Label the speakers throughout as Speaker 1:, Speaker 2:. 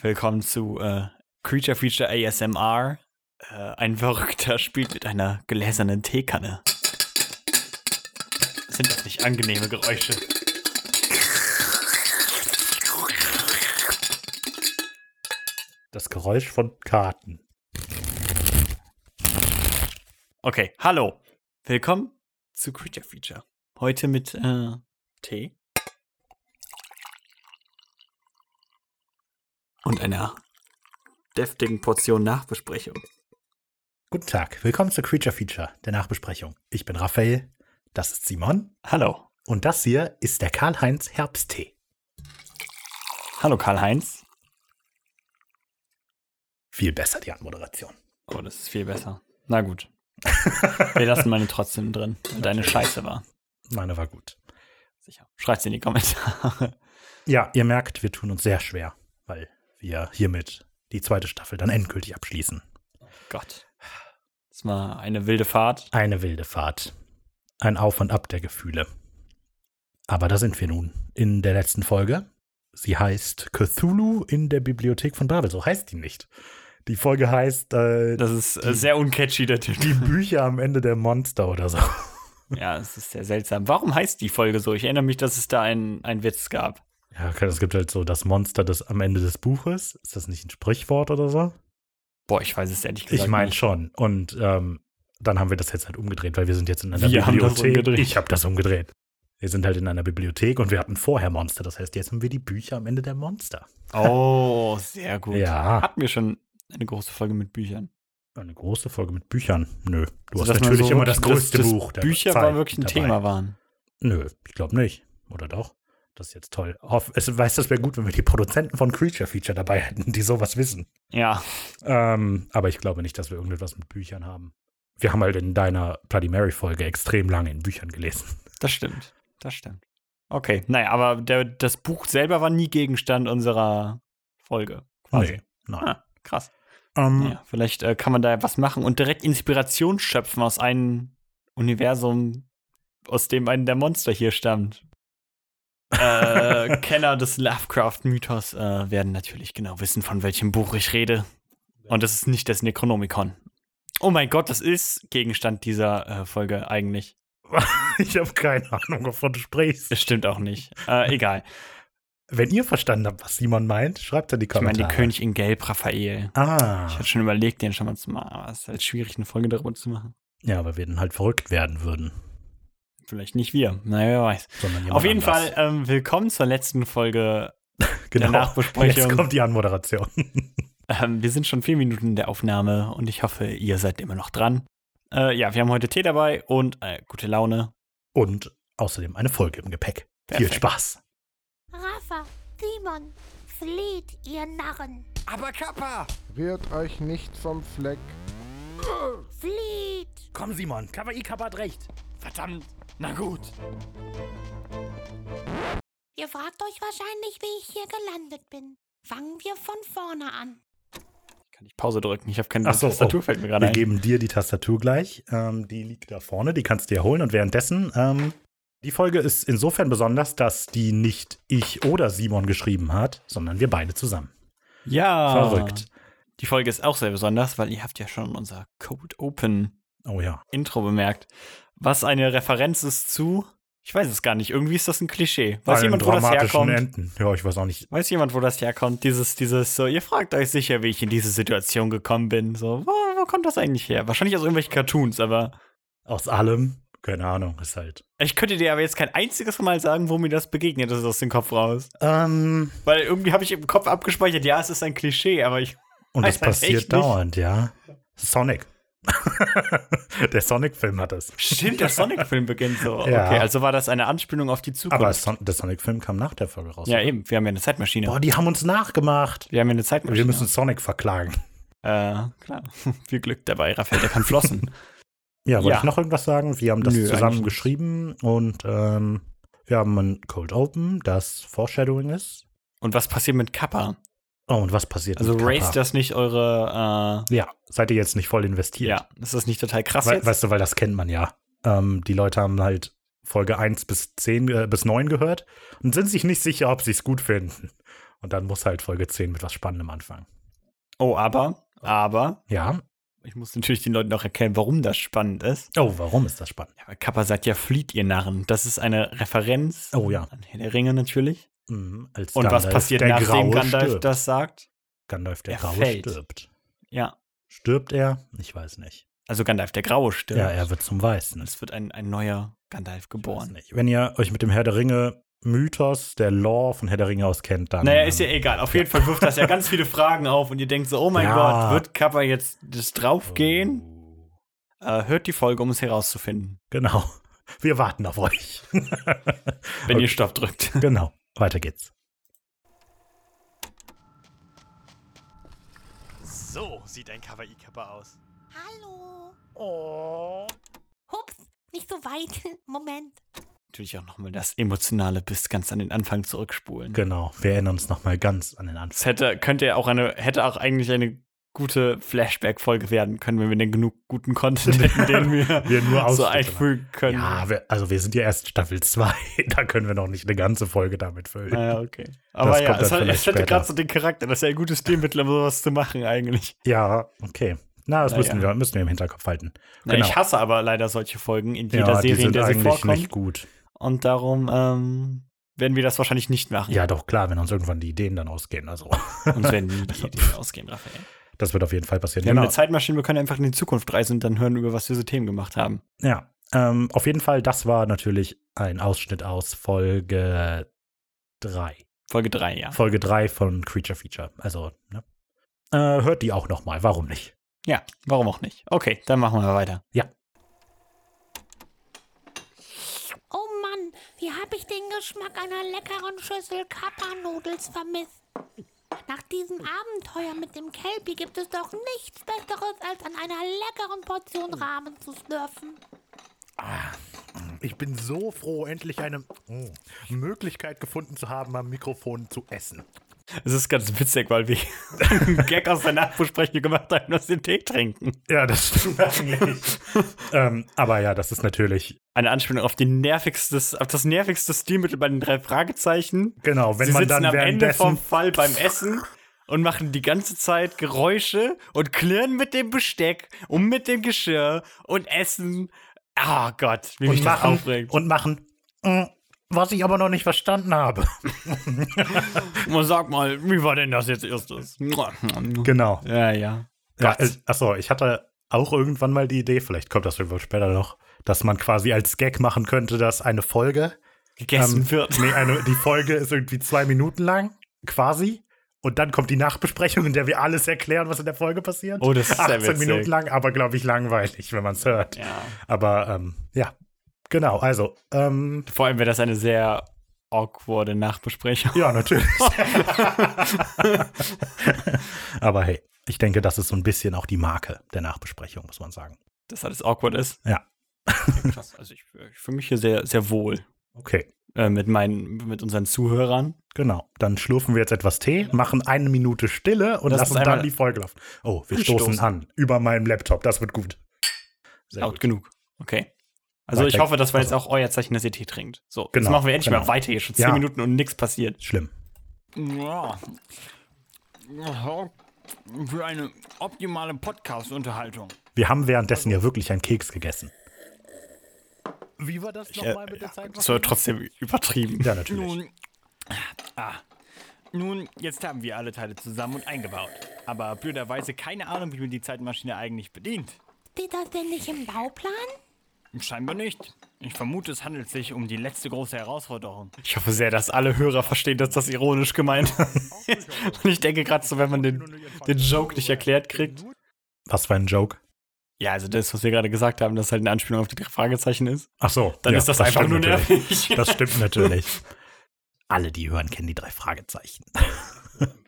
Speaker 1: Willkommen zu äh, Creature Feature ASMR. Äh, ein Verrückter spielt mit einer gläsernen Teekanne. Sind das nicht angenehme Geräusche?
Speaker 2: Das Geräusch von Karten.
Speaker 1: Okay, hallo. Willkommen zu Creature Feature. Heute mit äh, Tee. Und einer deftigen Portion Nachbesprechung.
Speaker 2: Guten Tag, willkommen zu Creature Feature, der Nachbesprechung. Ich bin Raphael, das ist Simon
Speaker 1: Hallo.
Speaker 2: und das hier ist der Karl-Heinz Herbsttee.
Speaker 1: Hallo Karl-Heinz.
Speaker 2: Viel besser die Anmoderation.
Speaker 1: Oh, das ist viel besser. Na gut. Wir lassen meine trotzdem drin, weil deine Scheiße war.
Speaker 2: Meine war gut.
Speaker 1: Sicher. Schreibt's in die Kommentare.
Speaker 2: Ja, ihr merkt, wir tun uns sehr schwer, weil wir hiermit die zweite Staffel dann endgültig abschließen.
Speaker 1: Gott. Das war eine wilde Fahrt.
Speaker 2: Eine wilde Fahrt. Ein Auf und Ab der Gefühle. Aber da sind wir nun in der letzten Folge. Sie heißt Cthulhu in der Bibliothek von Babel. So heißt die nicht. Die Folge heißt äh,
Speaker 1: Das ist äh,
Speaker 2: Die-
Speaker 1: sehr uncatchy, der Titel.
Speaker 2: Die Bücher am Ende der Monster oder so.
Speaker 1: Ja, es ist sehr seltsam. Warum heißt die Folge so? Ich erinnere mich, dass es da einen einen Witz gab.
Speaker 2: Ja, okay, es gibt halt so das Monster des, am Ende des Buches. Ist das nicht ein Sprichwort oder so?
Speaker 1: Boah, ich weiß es ehrlich gesagt.
Speaker 2: Ich meine
Speaker 1: nicht.
Speaker 2: schon. Und ähm, dann haben wir das jetzt halt umgedreht, weil wir sind jetzt in einer
Speaker 1: Wir haben das
Speaker 2: Bibliothek.
Speaker 1: umgedreht.
Speaker 2: ich habe das umgedreht. Wir sind halt in einer Bibliothek und wir hatten vorher Monster. Das heißt, jetzt haben wir die Bücher am Ende der Monster.
Speaker 1: Oh, sehr gut.
Speaker 2: Ja,
Speaker 1: Hatten wir schon eine große Folge mit Büchern.
Speaker 2: eine große Folge mit Büchern. Nö, du
Speaker 1: Also, dass
Speaker 2: hast
Speaker 1: man
Speaker 2: natürlich
Speaker 1: so
Speaker 2: immer das
Speaker 1: wirklich-
Speaker 2: größte
Speaker 1: dass- dass
Speaker 2: Buch. der
Speaker 1: Bücher
Speaker 2: Zeit
Speaker 1: war wirklich ein
Speaker 2: dabei.
Speaker 1: Thema waren.
Speaker 2: Nö, ich glaube nicht. Oder doch? Das ist jetzt toll. Hoff, es weiß, das wäre gut, wenn wir die Produzenten von Creature Feature dabei hätten, die sowas wissen.
Speaker 1: Ja.
Speaker 2: Ähm, aber ich glaube nicht, dass wir irgendetwas mit Büchern haben. Wir haben halt in deiner Bloody Mary-Folge extrem lange in Büchern gelesen.
Speaker 1: Das stimmt. Das stimmt. Okay, naja, aber der, das Buch selber war nie Gegenstand unserer Folge. Quasi.
Speaker 2: Nee, nein.
Speaker 1: Ah, krass.
Speaker 2: Ähm,
Speaker 1: Ja, vielleicht äh, kann man da was machen und direkt Inspiration schöpfen aus einem Universum, aus dem ein der Monster hier stammt. Äh, Kenner des Lovecraft-Mythos äh, werden natürlich genau wissen, von welchem Buch ich rede. Und das ist nicht das Necronomicon. Oh mein Gott, das ist Gegenstand dieser äh, Folge eigentlich.
Speaker 2: Ich habe keine Ahnung, wovon du sprichst.
Speaker 1: Das stimmt auch nicht. Äh, egal.
Speaker 2: Wenn ihr verstanden habt, was Simon meint, schreibt in die
Speaker 1: Ich meine,
Speaker 2: Kommentare.
Speaker 1: die König in Gelb, Raphael. Ich
Speaker 2: Ah.
Speaker 1: hatte schon überlegt, den schon mal zu machen, aber es ist halt schwierig, eine Folge darüber zu machen.
Speaker 2: Ja, weil wir dann halt verrückt werden würden.
Speaker 1: Vielleicht nicht wir. Naja, wer weiß.
Speaker 2: Sondern jemand
Speaker 1: Auf jeden
Speaker 2: anders.
Speaker 1: Fall ähm, willkommen zur letzten Folge
Speaker 2: Genau.
Speaker 1: der
Speaker 2: Jetzt
Speaker 1: Nachbesprechung.
Speaker 2: kommt die Anmoderation.
Speaker 1: Ähm, wir sind schon vier Minuten in der Aufnahme und ich hoffe, ihr seid immer noch dran. Äh, ja, wir haben heute Tee dabei und äh, gute Laune.
Speaker 2: Und außerdem eine Folge im Gepäck.
Speaker 1: Perfekt.
Speaker 2: Viel Spaß.
Speaker 3: Rafa, Simon, flieht, ihr Narren!
Speaker 4: Aber Kappa!
Speaker 5: Rührt euch nicht vom Fleck.
Speaker 3: Flieht!
Speaker 2: Komm, Simon, Kawaii Kappa hat recht.
Speaker 4: Verdammt! Na gut.
Speaker 3: Ihr fragt euch wahrscheinlich, wie ich hier gelandet bin. Fangen wir von vorne an.
Speaker 1: Kann ich Pause drücken? Ich habe keine
Speaker 2: Ach so,
Speaker 1: Tastatur,
Speaker 2: oh.
Speaker 1: fällt mir gerade
Speaker 2: Wir
Speaker 1: ein.
Speaker 2: geben dir die Tastatur gleich. Ähm, die liegt da vorne, die kannst du dir holen. Und währenddessen, ähm, die Folge ist insofern besonders, dass die nicht ich oder Simon geschrieben hat, sondern wir beide zusammen.
Speaker 1: Ja.
Speaker 2: Verrückt.
Speaker 1: Die Folge ist auch sehr besonders, weil ihr habt ja schon unser Code Open
Speaker 2: Oh ja.
Speaker 1: Intro bemerkt, was eine Referenz ist zu, ich weiß es gar nicht, irgendwie ist das ein Klischee. Weiß
Speaker 2: Allen
Speaker 1: jemand, wo das
Speaker 2: dramatischen
Speaker 1: herkommt?
Speaker 2: Enden. Ja, ich weiß auch nicht.
Speaker 1: Weiß jemand, wo das herkommt? Dieses, dieses, so, ihr fragt euch sicher, wie ich in diese Situation gekommen bin. So, wo, wo kommt das eigentlich her? Wahrscheinlich aus irgendwelchen Cartoons, aber
Speaker 2: Aus allem, keine Ahnung, ist halt.
Speaker 1: ich könnte dir aber jetzt kein einziges Mal sagen, wo mir das begegnet ist aus dem Kopf raus.
Speaker 2: Ähm,
Speaker 1: Weil irgendwie habe ich im Kopf abgespeichert, ja, es ist ein Klischee, aber ich.
Speaker 2: und
Speaker 1: Weiß
Speaker 2: das
Speaker 1: man echt
Speaker 2: passiert
Speaker 1: nicht.
Speaker 2: dauernd, ja. Sonic. Der Sonic-Film hat das.
Speaker 1: Stimmt, der Sonic-Film beginnt so.
Speaker 2: Ja.
Speaker 1: Okay, also war das eine Anspielung auf die Zukunft.
Speaker 2: Aber Son der Sonic-Film kam nach der Folge raus.
Speaker 1: ja, eben, wir haben ja eine Zeitmaschine.
Speaker 2: Boah, die haben uns nachgemacht.
Speaker 1: Wir haben ja eine Zeitmaschine.
Speaker 2: Wir müssen Sonic verklagen.
Speaker 1: Äh, klar. Viel Glück dabei, Raphael, der kann flossen.
Speaker 2: Ja, wollte
Speaker 1: Ja.
Speaker 2: ich noch irgendwas sagen? Wir haben das
Speaker 1: Nö, eigentlich
Speaker 2: zusammen
Speaker 1: nicht.
Speaker 2: geschrieben und ähm, wir haben ein Cold Open, das Foreshadowing ist.
Speaker 1: Und was passiert mit Kappa?
Speaker 2: Oh, und was passiert?
Speaker 1: Also
Speaker 2: mit Kappa?
Speaker 1: raise das nicht eure,
Speaker 2: Ja, seid ihr jetzt nicht voll
Speaker 1: äh,
Speaker 2: investiert?
Speaker 1: ja, ist das nicht total krass
Speaker 2: We
Speaker 1: jetzt?
Speaker 2: Weißt du, weil das kennt man ja. Ähm, die Leute haben halt Folge 1 bis 10, äh, bis 9 gehört und sind sich nicht sicher, ob sie es gut finden. Und dann muss halt Folge 10 mit was Spannendem anfangen.
Speaker 1: Oh, aber, aber,
Speaker 2: Ja.
Speaker 1: ich muss natürlich den Leuten auch erklären, warum das spannend ist.
Speaker 2: Oh, warum ist das spannend?
Speaker 1: Ja, aber Kappa sagt ja, flieht ihr Narren. Das ist eine Referenz
Speaker 2: Oh ja.
Speaker 1: an Herr der Ringe natürlich.
Speaker 2: Mhm, als
Speaker 1: Und was
Speaker 2: Gandalf
Speaker 1: passiert,
Speaker 2: der
Speaker 1: nachdem
Speaker 2: Graue
Speaker 1: Gandalf
Speaker 2: stirbt.
Speaker 1: das sagt?
Speaker 2: Gandalf der
Speaker 1: Er
Speaker 2: Graue
Speaker 1: fällt.
Speaker 2: stirbt.
Speaker 1: Ja,
Speaker 2: Stirbt er? Ich weiß nicht.
Speaker 1: also Gandalf der Graue stirbt.
Speaker 2: Ja, er wird zum Weißen.
Speaker 1: es wird ein, ein neuer Gandalf
Speaker 2: Weiß
Speaker 1: geboren.
Speaker 2: Nicht. Wenn ihr euch mit dem Herr der Ringe Mythos, der Lore von Herr der Ringe auskennt, dann.
Speaker 1: Naja, ist ja eh
Speaker 2: ähm,
Speaker 1: egal. Auf jeden Fall wirft das ja ganz viele Fragen auf und ihr denkt so, oh mein
Speaker 2: Ja.
Speaker 1: Gott, wird Kappa jetzt das
Speaker 2: Oh.
Speaker 1: draufgehen? Äh, hört die Folge, um es herauszufinden,
Speaker 2: Genau. Wir warten auf euch. Oh,
Speaker 1: wenn ihr Stopp drückt.
Speaker 2: genau. Weiter geht's.
Speaker 4: So sieht ein Kawaii-Kappa aus.
Speaker 3: Hallo. Oh. Hups, nicht so weit. Moment.
Speaker 1: Natürlich auch nochmal das emotionale bis ganz an den Anfang zurückspulen.
Speaker 2: Genau. Wir erinnern uns nochmal ganz an den Anfang.
Speaker 1: Das hätte, könnte ja auch eine, hätte auch eigentlich eine gute Flashback-Folge werden können, wenn wir denn genug guten Content hätten, den wir,
Speaker 2: Wir nur
Speaker 1: so
Speaker 2: Ausschnitte
Speaker 1: einfügen können.
Speaker 2: Ja, wir, also wir sind ja erst Staffel 2. Da können wir noch nicht eine ganze Folge damit füllen.
Speaker 1: Naja, okay. Aber Ah, ja,
Speaker 2: kommt
Speaker 1: es,
Speaker 2: dann
Speaker 1: hat, es
Speaker 2: vielleicht
Speaker 1: hätte
Speaker 2: später.
Speaker 1: gerade so den Charakter, das ist ja ein gutes Stilmittel, um sowas zu machen eigentlich.
Speaker 2: Ja, okay. Na, das
Speaker 1: Na
Speaker 2: müssen,
Speaker 1: ja.
Speaker 2: wir, müssen wir im Hinterkopf halten.
Speaker 1: Na,
Speaker 2: Genau.
Speaker 1: Ich hasse aber leider solche Folgen in jeder
Speaker 2: ja, die
Speaker 1: Serie, in
Speaker 2: sind
Speaker 1: der sie
Speaker 2: eigentlich
Speaker 1: vorkommen.
Speaker 2: nicht gut.
Speaker 1: Und darum ähm, werden wir das wahrscheinlich nicht machen.
Speaker 2: Ja, doch, klar, wenn uns irgendwann die Ideen dann ausgehen. Also,
Speaker 1: Uns werden nie die Ideen ausgehen, Raphael.
Speaker 2: das wird auf jeden Fall passieren. Genau.
Speaker 1: Wir haben eine Zeitmaschine, wir können einfach in die Zukunft reisen und dann hören, über was wir so Themen gemacht haben.
Speaker 2: Ja, ähm, auf jeden Fall, das war natürlich ein Ausschnitt aus Folge 3.
Speaker 1: Folge 3, ja.
Speaker 2: Folge 3 von Creature Feature. Also, ne? Äh, hört die auch nochmal, warum nicht?
Speaker 1: Ja, warum auch nicht? Okay, dann machen wir weiter.
Speaker 3: Oh Mann, wie habe ich den Geschmack einer leckeren Schüssel Kappa-Nudels vermisst. Nach diesem Abenteuer mit dem Kelpie gibt es doch nichts Besseres, als an einer leckeren Portion Rahmen zu schlürfen.
Speaker 2: Ich bin so froh, endlich eine oh, Möglichkeit gefunden zu haben, am Mikrofon zu essen.
Speaker 1: Es ist ganz witzig, weil wir einen Gag aus der Nachbesprechung gemacht haben, dass wir Tee trinken.
Speaker 2: Ja, das stimmt eigentlich. ähm, aber ja, das ist natürlich,
Speaker 1: Eine Anspielung auf, die nervigstes, auf das nervigste Stilmittel bei den drei Fragezeichen.
Speaker 2: genau, wenn
Speaker 1: Sie
Speaker 2: man
Speaker 1: sitzen
Speaker 2: dann
Speaker 1: am Ende vom
Speaker 2: währenddessen.
Speaker 1: Fall beim Essen und machen die ganze Zeit Geräusche und klirren mit dem Besteck und mit dem Geschirr und essen. Ah Gott, wie mich das aufregt.
Speaker 2: und machen, mm, was ich aber noch nicht verstanden habe.
Speaker 1: man sag mal, wie war denn das jetzt erstes?
Speaker 2: Genau.
Speaker 1: Ja, ja.
Speaker 2: Ja,
Speaker 1: Gott.
Speaker 2: äh, achso, ich hatte auch irgendwann mal die Idee, vielleicht kommt das irgendwann später noch, dass man quasi als Gag machen könnte, dass eine Folge,
Speaker 1: Gegessen
Speaker 2: ähm,
Speaker 1: wird.
Speaker 2: nee, eine, die Folge ist irgendwie zwei Minuten lang, quasi, und dann kommt die Nachbesprechung, in der wir alles erklären, was in der Folge passiert.
Speaker 1: Oh, das ist sehr
Speaker 2: 18
Speaker 1: witzig.
Speaker 2: Minuten lang, aber glaube ich langweilig, wenn man es hört.
Speaker 1: Ja.
Speaker 2: Aber ähm, ja, genau, also, ähm,
Speaker 1: Vor allem wäre das eine sehr awkwarde Nachbesprechung.
Speaker 2: ja, natürlich. aber hey, ich denke, das ist so ein bisschen auch die Marke der Nachbesprechung, muss man sagen.
Speaker 1: Dass alles awkward ist.
Speaker 2: Ja.
Speaker 1: Krass. Also ich, ich fühle mich hier sehr, sehr wohl
Speaker 2: Okay.
Speaker 1: äh, mit, meinen, mit unseren Zuhörern.
Speaker 2: Genau, dann schlürfen wir jetzt etwas Tee, machen eine Minute Stille und
Speaker 1: Lass
Speaker 2: lassen
Speaker 1: uns
Speaker 2: dann
Speaker 1: einmal-
Speaker 2: die Folge laufen. Oh, wir
Speaker 1: Anstoßen.
Speaker 2: stoßen an. Über meinem Laptop, das wird gut. Sehr
Speaker 1: Laut
Speaker 2: gut.
Speaker 1: genug. Okay. Also ich
Speaker 2: Weiter-
Speaker 1: hoffe, das war jetzt auch euer Zeichen, dass ihr Tee trinkt. So,
Speaker 2: Genau,
Speaker 1: jetzt machen wir endlich
Speaker 2: genau.
Speaker 1: mal weiter hier. Schon zehn
Speaker 2: Ja.
Speaker 1: Minuten und nichts passiert.
Speaker 2: Schlimm.
Speaker 4: Ja. Ja, Für eine optimale Podcast-Unterhaltung.
Speaker 2: Wir haben währenddessen ja wirklich einen Keks gegessen.
Speaker 4: Wie war das
Speaker 1: Äh,
Speaker 4: nochmal mit der Zeit?
Speaker 1: das war trotzdem übertrieben.
Speaker 2: Ja, natürlich.
Speaker 4: Nun, ah, nun, jetzt haben wir alle Teile zusammen und eingebaut. Aber blöderweise keine Ahnung, wie man die Zeitmaschine eigentlich bedient.
Speaker 3: Steht das denn nicht im Bauplan?
Speaker 4: Scheinbar nicht. Ich vermute, es handelt sich um die letzte große Herausforderung.
Speaker 1: Ich hoffe sehr, dass alle Hörer verstehen, dass das ironisch gemeint ist. Und ich denke gerade so, wenn man den, den Joke nicht erklärt kriegt.
Speaker 2: Was für ein Joke.
Speaker 1: Ja, also das, was wir gerade gesagt haben, dass halt eine Anspielung auf die drei Fragezeichen ist.
Speaker 2: Ach so.
Speaker 1: Dann
Speaker 2: ja,
Speaker 1: ist das, einfach
Speaker 2: stimmt
Speaker 1: nur
Speaker 2: natürlich.
Speaker 1: nervig.
Speaker 2: Das stimmt natürlich. Alle, die hören, kennen die drei Fragezeichen.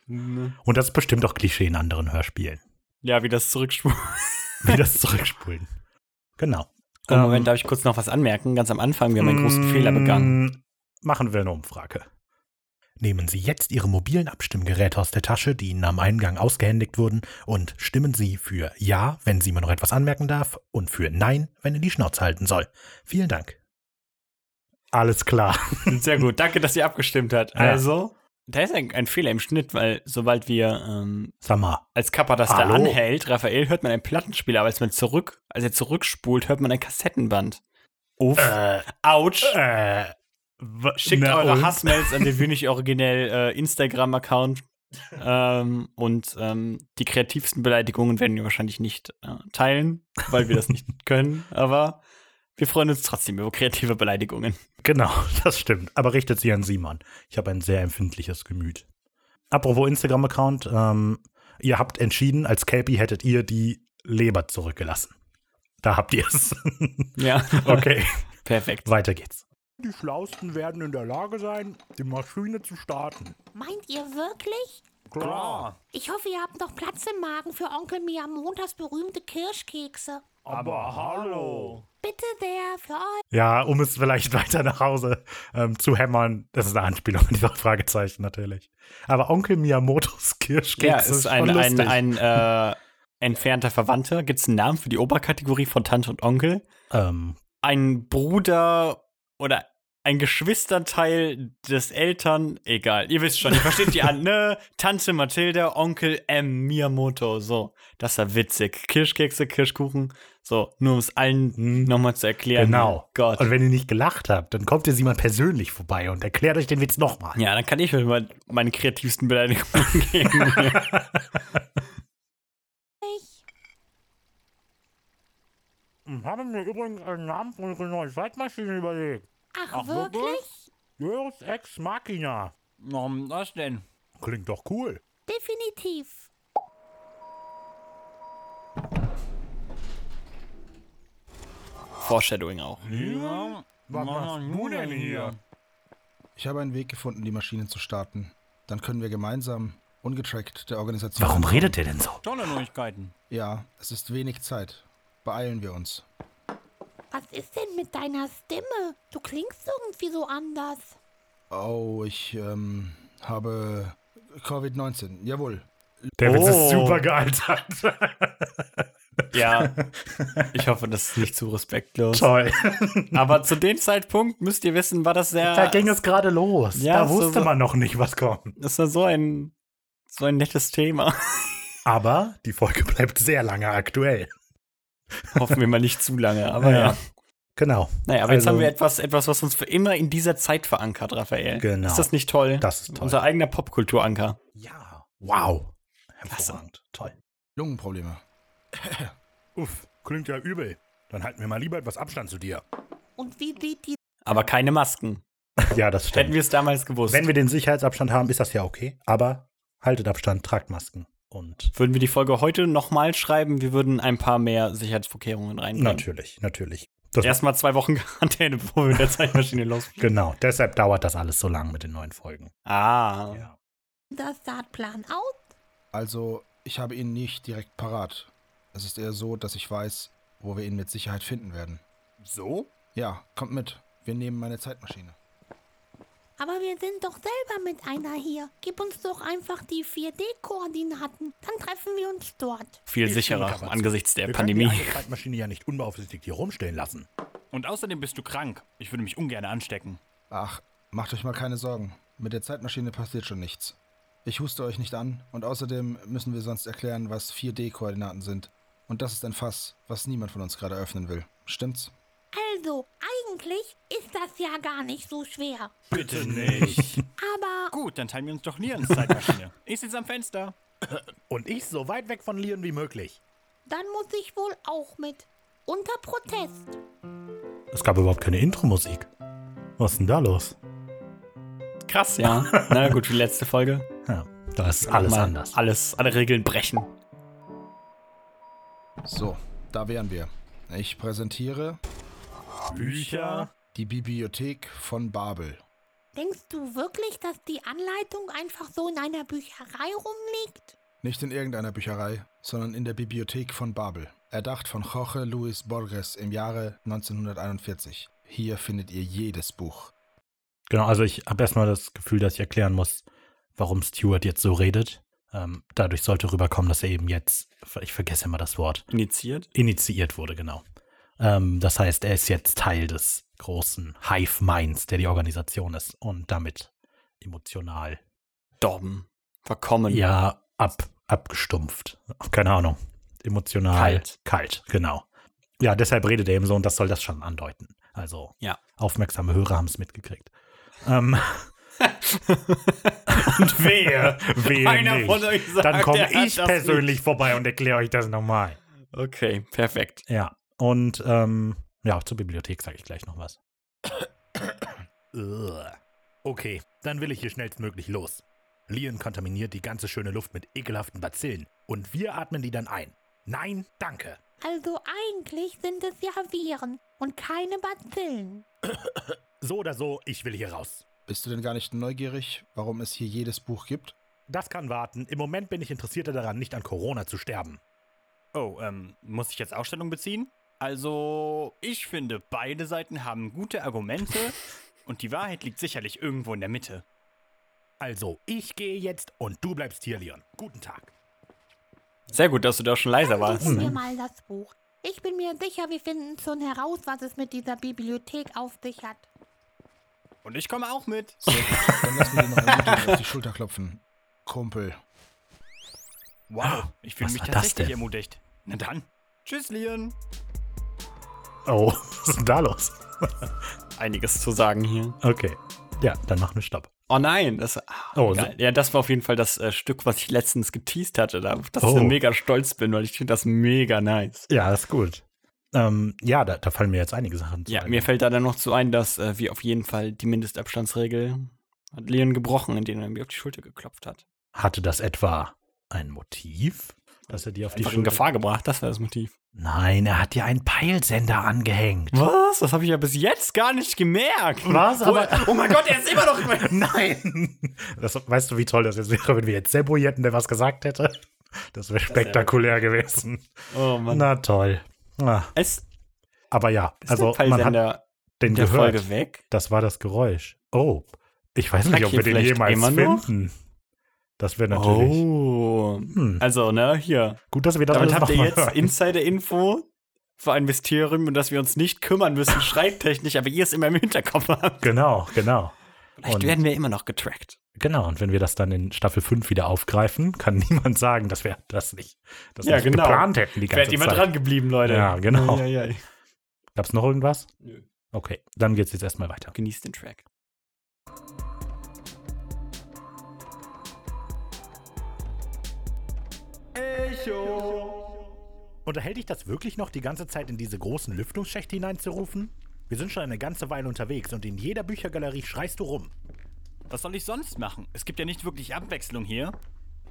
Speaker 1: Ne.
Speaker 2: Und das ist bestimmt auch Klischee in anderen Hörspielen.
Speaker 1: Ja, wie das zurückspulen.
Speaker 2: Wie das zurückspulen. Genau.
Speaker 1: Oh, Moment, darf ich kurz noch was anmerken? Ganz am Anfang, wir haben einen großen
Speaker 2: Mm,
Speaker 1: Fehler begangen.
Speaker 2: Machen wir eine Umfrage. Nehmen Sie jetzt Ihre mobilen Abstimmgeräte aus der Tasche, die Ihnen am Eingang ausgehändigt wurden, und stimmen Sie für Ja, wenn Sie mir noch etwas anmerken darf, und für Nein, wenn er die Schnauze halten soll. Vielen Dank. Alles klar.
Speaker 1: Sehr gut, danke, dass ihr abgestimmt habt.
Speaker 2: Ja.
Speaker 1: Also, Da ist ein, ein Fehler im Schnitt, weil sobald wir ähm,
Speaker 2: Sag mal.
Speaker 1: als Kappa das
Speaker 2: Hallo?
Speaker 1: da anhält, Raphael, hört man einen Plattenspieler, aber als man zurück, als er zurückspult, hört man ein Kassettenband. Uff.
Speaker 2: Äh,
Speaker 1: Autsch.
Speaker 2: äh, w-
Speaker 1: Schickt
Speaker 2: na
Speaker 1: eure
Speaker 2: und?
Speaker 1: Hassmails an den wenig originell äh, Instagram-Account. ähm, und ähm, die kreativsten Beleidigungen werden wir wahrscheinlich nicht äh, teilen, weil wir das nicht können. Aber wir freuen uns trotzdem über kreative Beleidigungen.
Speaker 2: Genau, das stimmt. Aber richtet sie an Simon. Ich habe ein sehr empfindliches Gemüt. Apropos Instagram-Account, ähm, ihr habt entschieden, als Kelpie hättet ihr die Leber zurückgelassen. Da habt ihr es.
Speaker 1: Ja,
Speaker 2: okay,
Speaker 1: perfekt.
Speaker 2: weiter geht's. Die Schlausten werden in der Lage sein, die Maschine zu starten.
Speaker 3: Meint ihr wirklich?
Speaker 2: Klar,
Speaker 3: Ich hoffe, ihr habt noch Platz im Magen für Onkel Miyamotas berühmte Kirschkekse.
Speaker 2: aber hallo.
Speaker 3: Bitte sehr, für euch.
Speaker 2: Ja, um es vielleicht weiter nach Hause ähm, zu hämmern. Das ist eine Anspielung an dieses Fragezeichen natürlich. Aber Onkel Miyamotos Kirschkekse
Speaker 1: Ja, es ist ein,
Speaker 2: schon
Speaker 1: ein,
Speaker 2: lustig.
Speaker 1: ein äh, entfernter Verwandter. Gibt es einen Namen für die Oberkategorie von Tante und Onkel?
Speaker 2: ähm,
Speaker 1: Ein Bruder oder ein Geschwisterteil des Eltern? Egal, ihr wisst schon, ihr versteht die an, ne? Tante Mathilda, Onkel M. Miyamoto. So, das war witzig. Kirschkekse, Kirschkuchen. So, nur um es allen nochmal zu erklären.
Speaker 2: Mhm. Genau.
Speaker 1: Gott.
Speaker 2: Und wenn ihr nicht gelacht habt, dann kommt jetzt jemand persönlich vorbei und erklärt euch den Witz nochmal.
Speaker 1: ja, dann kann ich euch mal meine kreativsten Beleidigungen geben.
Speaker 6: Ich habe mir Hm, übrigens einen Namen genau. für unsere neue Zeitmaschine überlegt.
Speaker 3: Ach,
Speaker 4: Ach, wirklich?
Speaker 3: wirklich?
Speaker 6: Deus Ex Machina.
Speaker 4: Um, was denn?
Speaker 2: Klingt doch cool.
Speaker 3: Definitiv.
Speaker 1: Foreshadowing auch.
Speaker 4: Ja, was machst du denn hier?
Speaker 5: Ich habe einen Weg gefunden, die Maschine zu starten. Dann können wir gemeinsam, ungetrackt der Organisation.
Speaker 2: Warum redet ihr denn so?
Speaker 4: Tolle Neuigkeiten.
Speaker 5: Ja, es ist wenig Zeit. Beeilen wir uns.
Speaker 3: Was ist denn mit deiner Stimme? Du klingst irgendwie so anders.
Speaker 5: Oh, ich ähm, habe Covid-19. Jawohl.
Speaker 2: Der Witz
Speaker 1: Oh.
Speaker 2: ist super gealtert.
Speaker 1: Ja. Ich hoffe, das ist nicht zu respektlos.
Speaker 2: Toll.
Speaker 1: Aber zu dem Zeitpunkt, müsst ihr wissen, war das sehr.
Speaker 2: Da ging es gerade los.
Speaker 1: Ja,
Speaker 2: da
Speaker 1: so-
Speaker 2: wusste
Speaker 1: so-
Speaker 2: man noch nicht, was kommt.
Speaker 1: Das war so ein, so ein nettes Thema.
Speaker 2: Aber die Folge bleibt sehr lange aktuell.
Speaker 1: Hoffen wir mal nicht zu lange, aber ja.
Speaker 2: Ja. Genau.
Speaker 1: Naja, aber jetzt
Speaker 2: Also-
Speaker 1: haben wir etwas, etwas, was uns für immer in dieser Zeit verankert, Raphael.
Speaker 2: Genau.
Speaker 1: Ist das nicht toll?
Speaker 2: Das ist toll.
Speaker 1: Unser eigener Popkulturanker.
Speaker 2: Ja. Wow. Hervorragend. Toll.
Speaker 5: Lungenprobleme.
Speaker 2: Uff, klingt ja übel. Dann halten wir mal lieber etwas Abstand zu dir.
Speaker 3: Und wie sieht die
Speaker 1: Aber keine Masken.
Speaker 2: Ja, das
Speaker 1: Hätten
Speaker 2: stimmt.
Speaker 1: wir es damals gewusst,
Speaker 2: Genau. Wenn wir den Sicherheitsabstand haben, ist das ja okay. Aber haltet Abstand, tragt Masken. Und
Speaker 1: würden wir die Folge heute nochmal schreiben, wir würden ein paar mehr Sicherheitsvorkehrungen reinbringen.
Speaker 2: natürlich, natürlich. Das
Speaker 1: Erstmal zwei Wochen Quarantäne, bevor wir mit der Zeitmaschine losfliegen.
Speaker 2: Genau, deshalb dauert das alles so lang mit den neuen Folgen.
Speaker 1: Ah.
Speaker 2: Ja.
Speaker 3: der Startplan aus?
Speaker 5: Also, ich habe ihn nicht direkt parat. Es ist eher so, dass ich weiß, wo wir ihn mit Sicherheit finden werden.
Speaker 4: So?
Speaker 5: Ja, kommt mit. Wir nehmen meine Zeitmaschine.
Speaker 3: Aber wir sind doch selber mit einer hier. Gib uns doch einfach die 4D-Koordinaten. Dann treffen wir uns dort.
Speaker 1: Viel sicherer angesichts der Pandemie.
Speaker 2: Wir können die alte Zeitmaschine ja nicht unbeaufsichtigt hier rumstehen lassen.
Speaker 4: Und außerdem bist du krank. Ich würde mich ungern anstecken.
Speaker 5: Ach, macht euch mal keine Sorgen. Mit der Zeitmaschine passiert schon nichts. Ich huste euch nicht an und außerdem müssen wir sonst erklären, was 4D-Koordinaten sind. Und das ist ein Fass, was niemand von uns gerade öffnen will. Stimmt's?
Speaker 3: Also, eigentlich ist das ja gar nicht so schwer.
Speaker 4: Bitte nicht.
Speaker 3: Aber
Speaker 4: Äh, Gut, dann teilen wir uns doch Lians Zeitmaschine. Ich sitze am Fenster.
Speaker 2: Und ich so weit weg von Lian wie möglich.
Speaker 3: dann muss ich wohl auch mit. Unter Protest.
Speaker 2: Es gab überhaupt keine Intro-Musik. Was ist denn da los?
Speaker 1: Krass, ja. Na gut, die letzte Folge.
Speaker 2: Ja, da ist alles
Speaker 1: Mal
Speaker 2: anders.
Speaker 1: Alles, alle Regeln brechen.
Speaker 5: So, da wären wir. Ich präsentiere
Speaker 4: Bücher.
Speaker 5: die Bibliothek von Babel.
Speaker 3: Denkst du wirklich, dass die Anleitung einfach so in einer Bücherei rumliegt?
Speaker 5: Nicht in irgendeiner Bücherei, sondern in der Bibliothek von Babel. Erdacht von Jorge Luis Borges im Jahre 1941. Hier findet ihr jedes Buch.
Speaker 2: Genau, also ich habe erstmal das Gefühl, dass ich erklären muss, warum Stuart jetzt so redet. Ähm, dadurch sollte rüberkommen, dass er eben jetzt, ich vergesse immer das Wort,
Speaker 1: Initiiert.
Speaker 2: initiiert wurde, genau. Ähm, das heißt, er ist jetzt Teil des großen Hive Minds, der die Organisation ist und damit emotional
Speaker 1: verdorben, verkommen.
Speaker 2: Ja, ab, abgestumpft. Keine Ahnung. Emotional.
Speaker 1: Kalt.
Speaker 2: Kalt, genau. Ja, deshalb redet er eben so und das soll das schon andeuten. Also,
Speaker 1: Ja.
Speaker 2: aufmerksame Hörer haben es mitgekriegt. Ähm,
Speaker 1: Und
Speaker 2: wehe, wehe
Speaker 1: Einer
Speaker 2: nicht.
Speaker 1: von euch sagt,
Speaker 2: Dann komme
Speaker 1: er hat
Speaker 2: ich
Speaker 1: das
Speaker 2: persönlich vorbei und erkläre euch das nochmal.
Speaker 1: Okay, perfekt.
Speaker 2: Ja, und ähm, ja, zur Bibliothek sage ich gleich noch was. Ugh. okay, dann will ich hier schnellstmöglich los. Lien kontaminiert die ganze schöne Luft mit ekelhaften Bazillen und wir atmen die dann ein. Nein, danke.
Speaker 3: Also eigentlich sind es ja Viren und keine Bazillen.
Speaker 2: So oder so, ich will hier raus.
Speaker 5: Bist du denn gar nicht neugierig, warum es hier jedes Buch gibt?
Speaker 2: Das kann warten. Im Moment bin ich interessierter daran, nicht an Corona zu sterben.
Speaker 4: Oh, ähm, muss ich jetzt auch Stellung beziehen? Also, ich finde, beide Seiten haben gute Argumente und die Wahrheit liegt sicherlich irgendwo in der Mitte.
Speaker 2: Also, ich gehe jetzt und du bleibst hier, Leon. Guten Tag.
Speaker 1: Sehr gut, dass du da schon leiser
Speaker 3: Dann
Speaker 1: warst.
Speaker 3: suchen wir mal das Buch. Ich bin mir sicher, wir finden schon heraus, was es mit dieser Bibliothek auf sich hat.
Speaker 4: Und ich komme auch mit.
Speaker 5: So, dann lass mir dir noch ermutigend auf die Schulter klopfen. Kumpel.
Speaker 4: Wow, ich fühle
Speaker 2: Was
Speaker 4: mich
Speaker 2: war das
Speaker 4: tatsächlich
Speaker 2: denn?
Speaker 4: ermutigt. Na dann, tschüss, Leon.
Speaker 2: Oh, was ist denn da los?
Speaker 1: Einiges zu sagen hier.
Speaker 2: Okay. Ja, dann machen wir Stopp.
Speaker 1: Oh nein, das, ah,
Speaker 2: Oh,
Speaker 1: geil. ja, das war auf jeden Fall das äh, Stück, was ich letztens geteased hatte, da, dass
Speaker 2: Oh.
Speaker 1: ich mega stolz bin, weil ich finde das mega nice.
Speaker 2: Ja, ist gut. Ähm, ja, da, da fallen mir jetzt einige Sachen zu
Speaker 1: Ja,
Speaker 2: ein.
Speaker 1: mir fällt da dann noch zu ein, dass äh, wir auf jeden Fall die Mindestabstandsregel hat Leon gebrochen, indem er mir auf die Schulter geklopft hat.
Speaker 2: Hatte das etwa ein Motiv, dass er dir auf die
Speaker 1: Einfach in
Speaker 2: Schulter...
Speaker 1: Gefahr gebracht, das war das Motiv.
Speaker 2: Nein, er hat dir einen Peilsender angehängt.
Speaker 1: Was? Das habe ich ja bis jetzt gar nicht gemerkt.
Speaker 2: Was?
Speaker 1: Wo-
Speaker 2: Aber-
Speaker 1: oh mein Gott, er ist immer noch.
Speaker 2: Nein! Das, weißt du, wie toll das jetzt wäre, wenn wir jetzt Sebo hätten, der was gesagt hätte? Das wäre spektakulär gewesen.
Speaker 1: Oh Mann.
Speaker 2: Na toll. Na,
Speaker 1: Es ist
Speaker 2: aber ja, also
Speaker 1: der Peilsender
Speaker 2: man hat den
Speaker 1: der
Speaker 2: gehört.
Speaker 1: Folge weg.
Speaker 2: Das war das Geräusch. Oh, ich weiß nicht,
Speaker 1: Sagt
Speaker 2: ob
Speaker 1: hier
Speaker 2: wir den
Speaker 1: vielleicht
Speaker 2: jemals
Speaker 1: immer noch?
Speaker 2: finden. Das wäre natürlich...
Speaker 1: Oh.
Speaker 2: Hm.
Speaker 1: Also, ne, hier.
Speaker 2: Gut, dass wir das
Speaker 1: Damit
Speaker 2: alles
Speaker 1: habt ihr
Speaker 2: nochmal
Speaker 1: jetzt
Speaker 2: hören.
Speaker 1: Insider-Info für ein Mysterium, um das wir uns nicht kümmern müssen, schreibtechnisch, aber ihr es immer im Hinterkopf habt.
Speaker 2: Genau, genau.
Speaker 1: Vielleicht
Speaker 2: Und-
Speaker 1: werden wir immer noch getrackt.
Speaker 2: Genau, und wenn wir das dann in Staffel 5 wieder aufgreifen, kann niemand sagen, dass wir das nicht, dass wir
Speaker 1: Ja,
Speaker 2: nicht
Speaker 1: genau.
Speaker 2: geplant hätten die ganze
Speaker 1: Wärt ihr mal
Speaker 2: Zeit.
Speaker 1: dran geblieben, Leute.
Speaker 2: Ja, genau.
Speaker 1: Ja, ja, ja.
Speaker 2: Gab's noch irgendwas?
Speaker 1: Nö.
Speaker 2: Okay, dann geht's jetzt erstmal weiter.
Speaker 1: Genießt den Track.
Speaker 2: Unterhält dich das wirklich noch, die ganze Zeit in diese großen Lüftungsschächte hineinzurufen? Wir sind schon eine ganze Weile unterwegs und in jeder Büchergalerie schreist du rum.
Speaker 4: Was soll ich sonst machen? Es gibt ja nicht wirklich Abwechslung hier.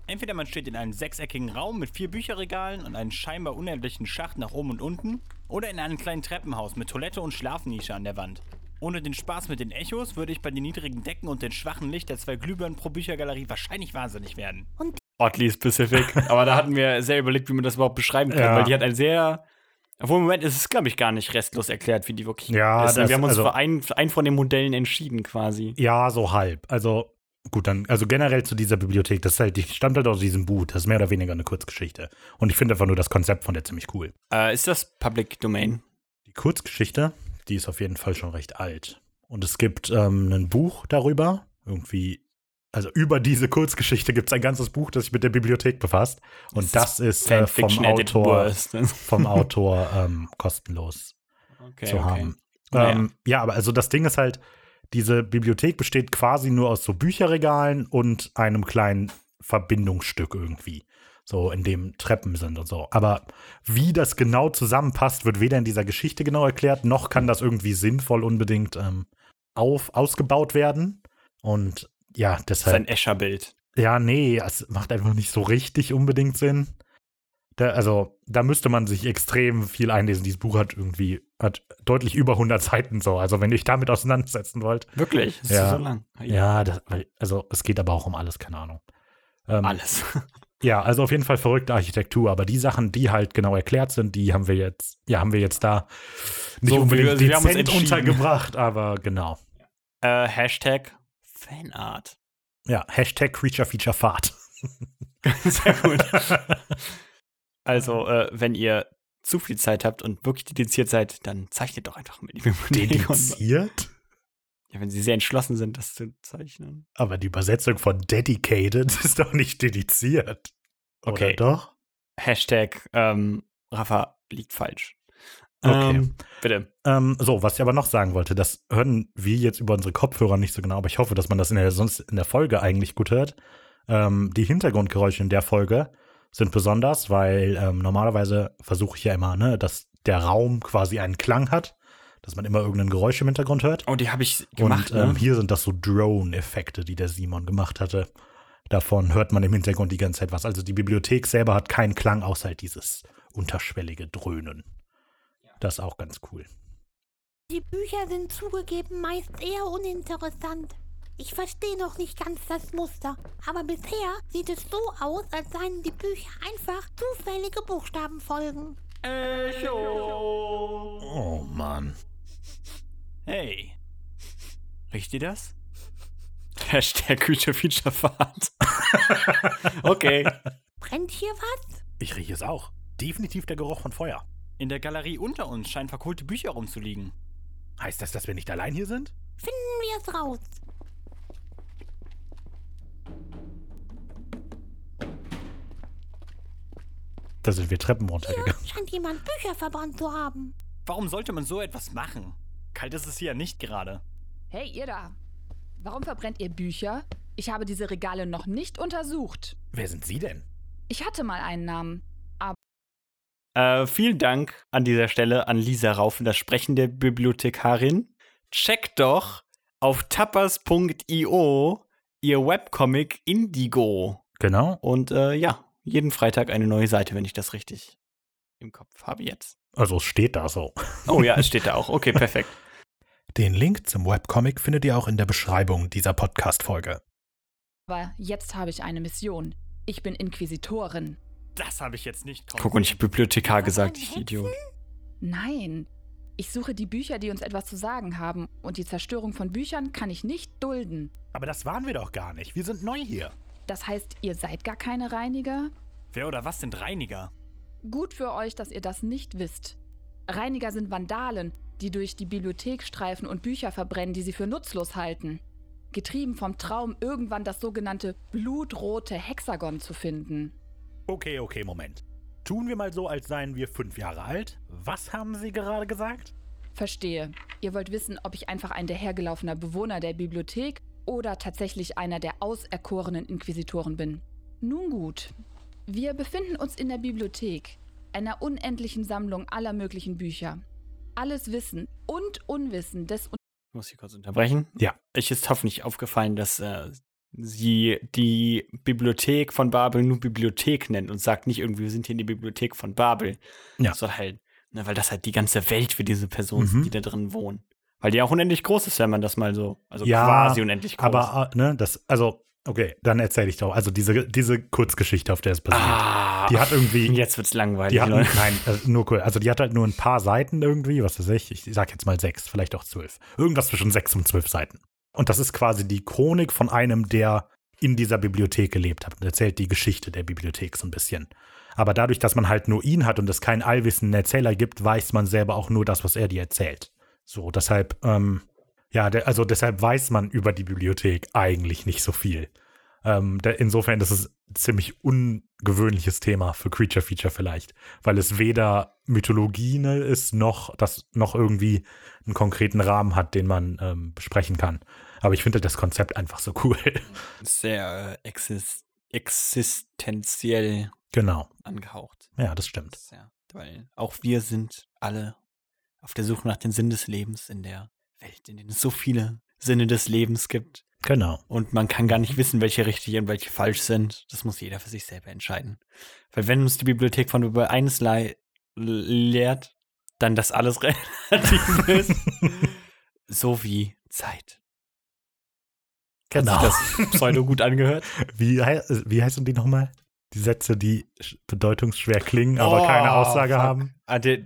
Speaker 4: Entweder man steht in einem sechseckigen Raum mit vier Bücherregalen und einem scheinbar unendlichen Schacht nach oben und unten, oder in einem kleinen Treppenhaus mit Toilette und Schlafnische an der Wand. Ohne den Spaß mit den Echos würde ich bei den niedrigen Decken und dem schwachen Licht der zwei Glühbirnen pro Büchergalerie wahrscheinlich wahnsinnig werden.
Speaker 1: Oddly specific. aber da hatten wir sehr überlegt, wie man das überhaupt beschreiben kann,
Speaker 2: Ja.
Speaker 1: weil die hat ein sehr. Obwohl, im Moment ist es, glaube ich, gar nicht restlos erklärt, wie die wirklich
Speaker 2: Ja,
Speaker 1: ist.
Speaker 2: das-
Speaker 1: wir haben uns
Speaker 2: also-
Speaker 1: für einen, für einen von den Modellen entschieden, quasi.
Speaker 2: Ja, so halb. Also gut, dann, also generell zu dieser Bibliothek, das ist halt, die stammt halt aus diesem Buch, das ist mehr oder weniger eine Kurzgeschichte. Und ich finde einfach nur das Konzept von der ziemlich cool.
Speaker 1: Äh, ist das Public Domain?
Speaker 2: Die Kurzgeschichte, die ist auf jeden Fall schon recht alt. Und es gibt ähm, ein Buch darüber, irgendwie, also über diese Kurzgeschichte gibt es ein ganzes Buch, das sich mit der Bibliothek befasst. Und das ist äh, vom
Speaker 1: Fanfiction at its
Speaker 2: Autor,
Speaker 1: worst.
Speaker 2: vom Autor ähm, kostenlos
Speaker 1: Okay,
Speaker 2: zu haben.
Speaker 1: Naja.
Speaker 2: Ähm, ja, aber also das Ding ist halt, diese Bibliothek besteht quasi nur aus so Bücherregalen und einem kleinen Verbindungsstück irgendwie. So, in dem Treppen sind und so. Aber wie das genau zusammenpasst, wird weder in dieser Geschichte genau erklärt, noch kann das irgendwie sinnvoll unbedingt ähm, auf, ausgebaut werden. Und ja,
Speaker 1: Das ist ein
Speaker 2: deshalb.
Speaker 1: Escher-Bild.
Speaker 2: Ja, nee, es macht einfach nicht so richtig unbedingt Sinn. Da, also, da müsste man sich extrem viel einlesen. Dieses Buch hat irgendwie, hat deutlich über 100 Seiten so. Also, wenn ihr euch damit auseinandersetzen wollt.
Speaker 1: Wirklich? Das
Speaker 2: Ja.
Speaker 1: ist so lang.
Speaker 2: Ja, das, weil- also, es geht aber auch um alles, keine Ahnung. Ähm,
Speaker 1: Alles.
Speaker 2: Ja, also auf jeden Fall verrückte Architektur. Aber die Sachen, die halt genau erklärt sind, die haben wir jetzt, ja, haben wir jetzt da nicht
Speaker 1: So, wir-
Speaker 2: unbedingt
Speaker 1: wir haben uns
Speaker 2: dezent
Speaker 1: entschieden.
Speaker 2: untergebracht, aber genau.
Speaker 1: äh, Hashtag Fanart.
Speaker 2: Ja, Hashtag Creature Feature Fahrt.
Speaker 1: Sehr gut. also, äh, wenn ihr zu viel Zeit habt und wirklich dediziert seid, dann zeichnet doch einfach mit. Die Bibliothek.
Speaker 2: Dediziert?
Speaker 1: Ja, wenn sie sehr entschlossen sind, das zu zeichnen.
Speaker 2: Aber die Übersetzung von dedicated ist doch nicht dediziert.
Speaker 1: Okay.
Speaker 2: Oder doch?
Speaker 1: Hashtag ähm, Rafa liegt falsch.
Speaker 2: Okay.
Speaker 1: Ähm, bitte.
Speaker 2: Ähm, so, was ich aber noch sagen wollte, das hören wir jetzt über unsere Kopfhörer nicht so genau, aber ich hoffe, dass man das in der, sonst in der Folge eigentlich gut hört. Ähm, die Hintergrundgeräusche in der Folge sind besonders, weil ähm, normalerweise versuche ich ja immer, ne, dass der Raum quasi einen Klang hat, dass man immer irgendein Geräusch im Hintergrund hört.
Speaker 1: Oh, die habe ich gemacht,
Speaker 2: Und ähm,
Speaker 1: ne?
Speaker 2: hier sind das so Drone-Effekte, die der Simon gemacht hatte. Davon hört man im Hintergrund die ganze Zeit was. Also die Bibliothek selber hat keinen Klang, außer halt dieses unterschwellige Dröhnen. Das ist auch ganz cool.
Speaker 3: Die Bücher sind zugegeben meist eher uninteressant. Ich verstehe noch nicht ganz das Muster, aber bisher sieht es so aus, als seien die Bücher einfach zufällige Buchstabenfolgen.
Speaker 2: Oh Mann.
Speaker 4: Hey. Riecht ihr das?
Speaker 1: Hashtag Creature Feature Fahrt. okay.
Speaker 3: Brennt hier was?
Speaker 2: Ich rieche es auch. Definitiv der Geruch von Feuer.
Speaker 4: In der Galerie unter uns scheinen verkohlte Bücher rumzuliegen.
Speaker 2: Heißt das, dass wir nicht allein hier sind?
Speaker 3: Finden wir es raus.
Speaker 2: Da sind wir Treppen runtergegangen.
Speaker 3: Scheint jemand Bücher verbrannt zu haben.
Speaker 4: Warum sollte man so etwas machen? Kalt ist es hier ja nicht gerade.
Speaker 7: Hey, ihr da! Warum verbrennt ihr Bücher? Ich habe diese Regale noch nicht untersucht.
Speaker 2: Wer sind Sie denn?
Speaker 7: Ich hatte mal einen Namen.
Speaker 1: Äh, vielen Dank an dieser Stelle an Lisa Raufen, das Sprechen der Bibliothekarin. Checkt doch auf tapas.io ihr Webcomic Indigo.
Speaker 2: Genau.
Speaker 1: Und äh, ja, jeden Freitag eine neue Seite, wenn ich das richtig im Kopf habe jetzt.
Speaker 2: Also es steht da so.
Speaker 1: Oh ja, es steht da auch. Okay, perfekt.
Speaker 2: Den Link zum Webcomic findet ihr auch in der Beschreibung dieser Podcast-Folge.
Speaker 7: Aber jetzt habe ich eine Mission. Ich bin Inquisitorin.
Speaker 4: Das habe ich jetzt nicht kommen
Speaker 1: Guck, und ich habe Bibliothekar gesagt, ich
Speaker 3: Hexen?
Speaker 1: Idiot.
Speaker 7: Nein. Ich suche die Bücher, die uns etwas zu sagen haben. Und die Zerstörung von Büchern kann ich nicht dulden.
Speaker 2: Aber das waren wir doch gar nicht. Wir sind neu hier.
Speaker 7: Das heißt, ihr seid gar keine Reiniger?
Speaker 4: sehen. Wer oder was sind Reiniger?
Speaker 7: Gut für euch, dass ihr das nicht wisst. Reiniger sind Vandalen, die durch die Bibliothek streifen und Bücher verbrennen, die sie für nutzlos halten. Getrieben vom Traum, irgendwann das sogenannte blutrote Hexagon zu finden.
Speaker 2: Okay, okay, Moment. Tun wir mal so, als seien wir fünf Jahre alt. Was haben Sie gerade gesagt?
Speaker 7: Verstehe. Ihr wollt wissen, ob ich einfach ein dahergelaufener Bewohner der Bibliothek oder tatsächlich einer der auserkorenen Inquisitoren bin. Nun gut. Wir befinden uns in der Bibliothek, einer unendlichen Sammlung aller möglichen Bücher. Alles Wissen und Unwissen des
Speaker 1: Ich muss hier kurz unterbrechen.
Speaker 2: Ja.
Speaker 1: Ich ist hoffentlich aufgefallen, dass äh, sie die Bibliothek von Babel nur Bibliothek nennt und sagt nicht irgendwie, wir sind hier in die Bibliothek von Babel.
Speaker 2: Ja.
Speaker 1: So halt, ne, weil das halt die ganze Welt für diese Personen,
Speaker 2: Mhm.
Speaker 1: sind, die da drin wohnen. Weil die auch unendlich groß ist, wenn man das mal so, also
Speaker 2: Ja,
Speaker 1: quasi unendlich groß.
Speaker 2: Aber, äh, ne, das, also, okay, dann erzähle ich doch. Also diese, diese Kurzgeschichte, auf der es basiert.
Speaker 1: ah,
Speaker 2: Die hat irgendwie
Speaker 1: jetzt wird's langweilig,
Speaker 2: Die hat,
Speaker 1: Leute.
Speaker 2: nein, also nur cool. Also die hat halt nur ein paar Seiten irgendwie, was weiß ich, ich sag jetzt mal sechs, vielleicht auch zwölf. Irgendwas zwischen sechs und zwölf Seiten. Und das ist quasi die Chronik von einem, der in dieser Bibliothek gelebt hat und erzählt die Geschichte der Bibliothek so ein bisschen. Aber dadurch, dass man halt nur ihn hat und es keinen allwissenden Erzähler gibt, weiß man selber auch nur das, was er dir erzählt. So, deshalb, ähm, ja, der, also deshalb weiß man über die Bibliothek eigentlich nicht so viel. Ähm, da, insofern ist es ein ziemlich ungewöhnliches Thema für Creature Feature vielleicht, weil es weder Mythologie ne, ist, noch das noch irgendwie einen konkreten Rahmen hat, den man ähm, besprechen kann. Aber ich finde das Konzept einfach so cool.
Speaker 1: Sehr äh, exis existenziell
Speaker 2: genau.
Speaker 1: angehaucht.
Speaker 2: Ja, das stimmt.
Speaker 1: Das, ja, weil auch wir sind alle auf der Suche nach dem Sinn des Lebens in der Welt, in denen es so viele Sinne des Lebens gibt.
Speaker 2: Genau.
Speaker 1: Und man kann gar nicht wissen, welche richtig und welche falsch sind. Das muss jeder für sich selber entscheiden. Weil wenn uns die Bibliothek von über eines le lehrt, dann dass alles relativ ist. So wie Zeit.
Speaker 2: Genau.
Speaker 1: Hat sich das Pseudo gut angehört?
Speaker 2: Wie, hei- wie heißen die nochmal? Die Sätze, die sch- bedeutungsschwer klingen, aber
Speaker 1: Oh,
Speaker 2: keine Aussage
Speaker 1: fuck.
Speaker 2: haben.
Speaker 1: Ah, der,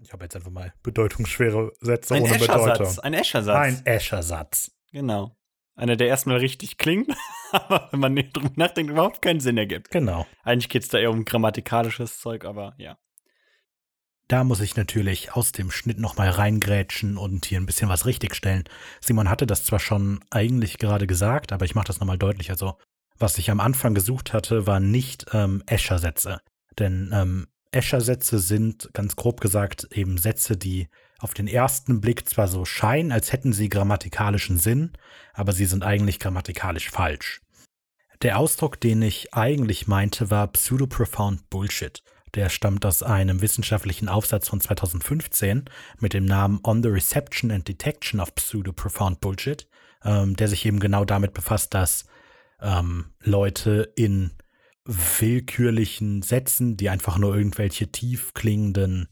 Speaker 2: Ich habe jetzt einfach mal bedeutungsschwere Sätze
Speaker 1: ein
Speaker 2: ohne Bedeutung.
Speaker 1: Eschersatz. Ein Eschersatz.
Speaker 2: Ein Eschersatz.
Speaker 1: Genau. Einer, der erstmal richtig klingt, aber wenn man nicht drüber nachdenkt, überhaupt keinen Sinn ergibt.
Speaker 2: Genau.
Speaker 1: Eigentlich geht es da eher um grammatikalisches Zeug, aber ja.
Speaker 2: Da muss ich natürlich aus dem Schnitt nochmal reingrätschen und hier ein bisschen was richtigstellen. Simon hatte das zwar schon eigentlich gerade gesagt, aber ich mache das nochmal deutlich. Also, was ich am Anfang gesucht hatte, waren nicht ähm, Escher-Sätze. Denn ähm, Escher-Sätze sind, ganz grob gesagt, eben Sätze, die auf den ersten Blick zwar so scheinen, als hätten sie grammatikalischen Sinn, aber sie sind eigentlich grammatikalisch falsch. Der Ausdruck, den ich eigentlich meinte, war Pseudo-Profound Bullshit. Der stammt aus einem wissenschaftlichen Aufsatz von 2015 mit dem Namen On the Reception and Detection of Pseudo-Profound Bullshit, ähm, der sich eben genau damit befasst, dass ähm, Leute in willkürlichen Sätzen, die einfach nur irgendwelche tief klingenden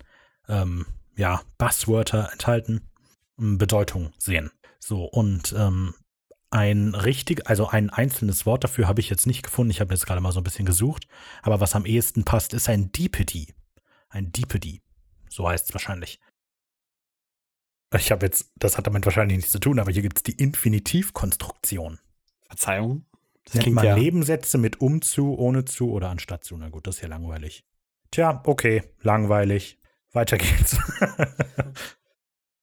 Speaker 2: ähm, ja, Buzzwörter enthalten, ähm, Bedeutung sehen. So, und ähm, ein richtig, also ein einzelnes Wort dafür habe ich jetzt nicht gefunden. Ich habe jetzt gerade mal so ein bisschen gesucht. Aber was am ehesten passt, ist ein Deepity. Ein Deepity. So heißt es wahrscheinlich. Ich habe jetzt, das hat damit wahrscheinlich nichts zu tun, aber hier gibt es die Infinitivkonstruktion.
Speaker 1: Verzeihung? Das
Speaker 2: Nennt man Nebensätze mit um zu, ohne zu oder anstatt zu. Na gut, das ist ja langweilig. Tja, okay, langweilig. Weiter geht's.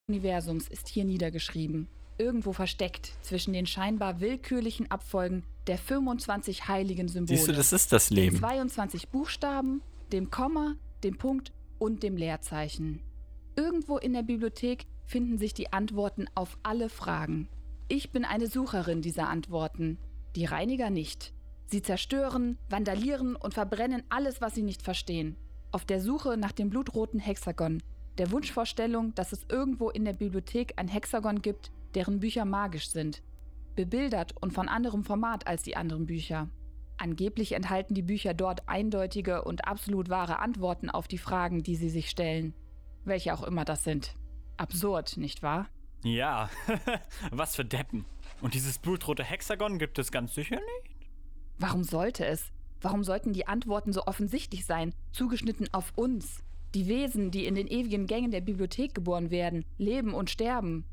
Speaker 7: Universums ist hier niedergeschrieben, irgendwo versteckt zwischen den scheinbar willkürlichen Abfolgen der 25 heiligen Symbole,
Speaker 1: Siehst du, das ist das Leben.
Speaker 7: 22 Buchstaben, dem Komma, dem Punkt und dem Leerzeichen. Irgendwo in der Bibliothek finden sich die Antworten auf alle Fragen. Ich bin eine Sucherin dieser Antworten, die Reiniger nicht. Sie zerstören, vandalieren und verbrennen alles, was sie nicht verstehen. Auf der Suche nach dem blutroten Hexagon, der Wunschvorstellung, dass es irgendwo in der Bibliothek ein Hexagon gibt, deren Bücher magisch sind, bebildert und von anderem Format als die anderen Bücher. Angeblich enthalten die Bücher dort eindeutige und absolut wahre Antworten auf die Fragen, die sie sich stellen, welche auch immer das sind. Absurd, nicht wahr?
Speaker 4: Ja, was für Deppen. Und dieses blutrote Hexagon gibt es ganz sicher nicht.
Speaker 7: Warum sollte es? Warum sollten die Antworten so offensichtlich sein, zugeschnitten auf uns? Die Wesen, die in den ewigen Gängen der Bibliothek geboren werden, leben und sterben.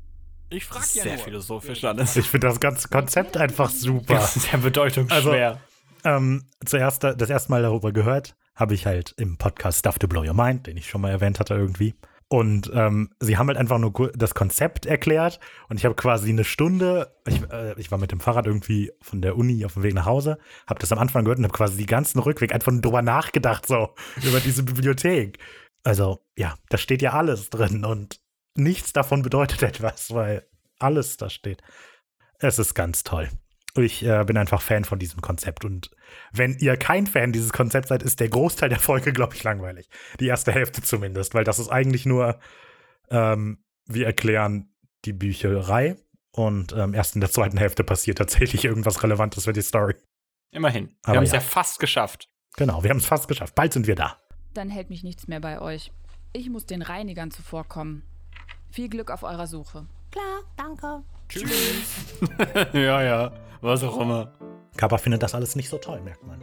Speaker 4: Ich frag ja
Speaker 1: Sehr
Speaker 4: nur.
Speaker 1: philosophisch alles.
Speaker 2: Ich finde das ganze Konzept einfach super.
Speaker 1: Sehr bedeutungsschwer.
Speaker 2: Ähm, zuerst, das erste Mal darüber gehört, habe ich halt im Podcast Stuff to Blow Your Mind, den ich schon mal erwähnt hatte irgendwie. Und ähm, sie haben halt einfach nur kur- das Konzept erklärt und ich habe quasi eine Stunde, ich, äh, ich war mit dem Fahrrad irgendwie von der Uni auf dem Weg nach Hause, habe das am Anfang gehört und habe quasi den ganzen Rückweg einfach nur drüber nachgedacht, so über diese Bibliothek. Also ja, da steht ja alles drin und nichts davon bedeutet etwas, weil alles da steht. Es ist ganz toll. Ich äh, bin einfach Fan von diesem Konzept. Und wenn ihr kein Fan dieses Konzepts seid, ist der Großteil der Folge, glaube ich, langweilig. Die erste Hälfte zumindest, weil das ist eigentlich nur, ähm, wir erklären die Bücherei und ähm, erst in der zweiten Hälfte passiert tatsächlich irgendwas Relevantes für die Story.
Speaker 1: Immerhin. Wir
Speaker 2: Aber
Speaker 1: haben es
Speaker 2: ja.
Speaker 1: ja fast geschafft.
Speaker 2: Genau, wir haben es fast geschafft. Bald sind wir da.
Speaker 7: Dann hält mich nichts mehr bei euch. Ich muss den Reinigern zuvorkommen. Viel Glück auf eurer Suche.
Speaker 3: Klar, danke.
Speaker 1: ja, ja. Was auch immer.
Speaker 2: Kappa findet das alles nicht so toll, merkt man.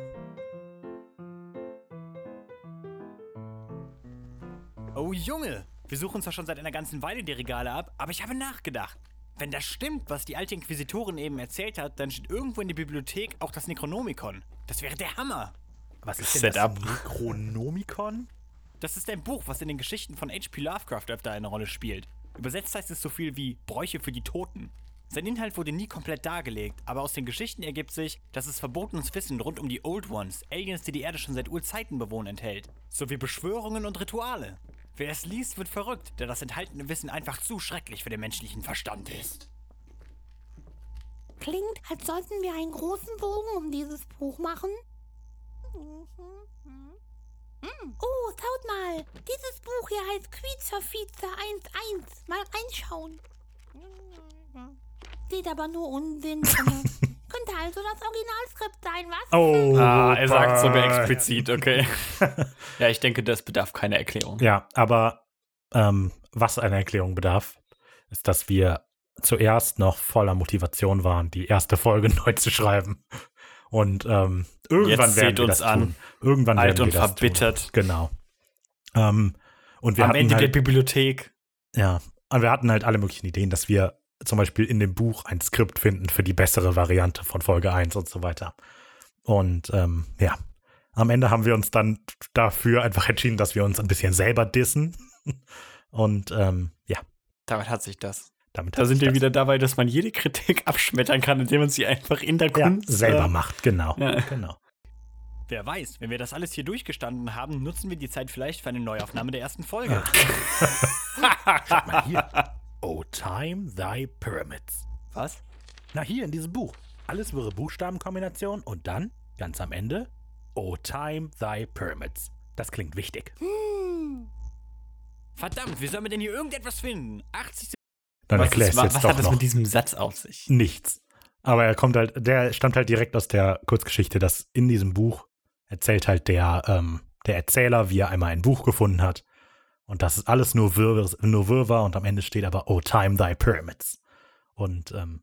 Speaker 4: Oh Junge, wir suchen zwar schon seit einer ganzen Weile die Regale ab, aber ich habe nachgedacht. Wenn das stimmt, was die alte Inquisitorin eben erzählt hat, dann steht irgendwo in der Bibliothek auch das Necronomicon. Das wäre der Hammer.
Speaker 2: Was
Speaker 1: ist denn das Setup.
Speaker 2: Necronomicon?
Speaker 4: Das ist ein Buch, was in den Geschichten von H.P. Lovecraft öfter eine Rolle spielt. Übersetzt heißt es so viel wie Bräuche für die Toten. Sein Inhalt wurde nie komplett dargelegt, aber aus den Geschichten ergibt sich, dass es verbotenes Wissen rund um die Old Ones, Aliens, die die Erde schon seit Urzeiten bewohnen, enthält, sowie Beschwörungen und Rituale. Wer es liest, wird verrückt, da das enthaltene Wissen einfach zu schrecklich für den menschlichen Verstand ist.
Speaker 3: Klingt, als sollten wir einen großen Bogen um dieses Buch machen. Mhm. Mhm. Oh, schaut mal. Dieses Buch hier heißt Quietscherfietzer 11. Mal reinschauen. Sieht aber nur Unsinn. drinne. Könnte also das Originalskript sein, was?
Speaker 2: Oh,
Speaker 1: Ah, er sagt sogar
Speaker 2: bye.
Speaker 1: explizit, okay. ja, ich denke, das bedarf keiner Erklärung.
Speaker 2: Ja, aber ähm, was einer Erklärung bedarf, ist, dass wir zuerst noch voller Motivation waren, die erste Folge neu zu schreiben. Und ähm, irgendwann
Speaker 1: Jetzt
Speaker 2: werden
Speaker 1: seht
Speaker 2: wir
Speaker 1: uns
Speaker 2: das
Speaker 1: an.
Speaker 2: tun. Irgendwann
Speaker 1: Alt
Speaker 2: werden wir
Speaker 1: und
Speaker 2: das Tun.
Speaker 1: verbittert.
Speaker 2: Genau. Ähm, und wir
Speaker 1: Am
Speaker 2: hatten
Speaker 1: Ende
Speaker 2: halt,
Speaker 1: der Bibliothek.
Speaker 2: ja, und wir hatten halt alle möglichen Ideen, dass wir zum Beispiel in dem Buch ein Skript finden für die bessere Variante von Folge 1 und so weiter. Und ähm, ja, Am Ende haben wir uns dann dafür einfach entschieden, dass wir uns ein bisschen selber dissen. Und ähm, ja,
Speaker 1: Damit hat sich das.
Speaker 2: damit
Speaker 1: Da
Speaker 2: hat
Speaker 1: sind
Speaker 2: sich
Speaker 1: wir
Speaker 2: das
Speaker 1: wieder dabei, dass man jede Kritik abschmettern kann, indem man sie einfach in der
Speaker 2: ja,
Speaker 1: Kunst
Speaker 2: selber
Speaker 1: äh,
Speaker 2: macht. Genau,
Speaker 1: Ja.
Speaker 2: genau.
Speaker 4: Wer weiß, wenn wir das alles hier durchgestanden haben, nutzen wir die Zeit vielleicht für eine Neuaufnahme der ersten Folge.
Speaker 2: Schaut mal hier. O Oh, time thy pyramids.
Speaker 4: Was?
Speaker 2: Na hier in diesem Buch. Alles ihre Buchstabenkombination und dann, ganz am Ende, O time thy pyramids. Das klingt wichtig.
Speaker 4: Verdammt, wie sollen wir denn hier irgendetwas finden? 80
Speaker 2: Dann
Speaker 1: Was,
Speaker 2: erklär
Speaker 1: ist,
Speaker 2: es
Speaker 1: wa-
Speaker 2: jetzt
Speaker 1: was
Speaker 2: doch
Speaker 1: hat das
Speaker 2: noch.
Speaker 1: mit diesem Satz auf sich?
Speaker 2: Nichts. Aber er kommt halt, der stammt halt direkt aus der Kurzgeschichte, dass in diesem Buch erzählt halt der, ähm, der Erzähler, wie er einmal ein Buch gefunden hat. Und das ist alles nur Wirrwarr, nur Wirrwarr und am Ende steht aber, oh, time thy pyramids. Und ähm,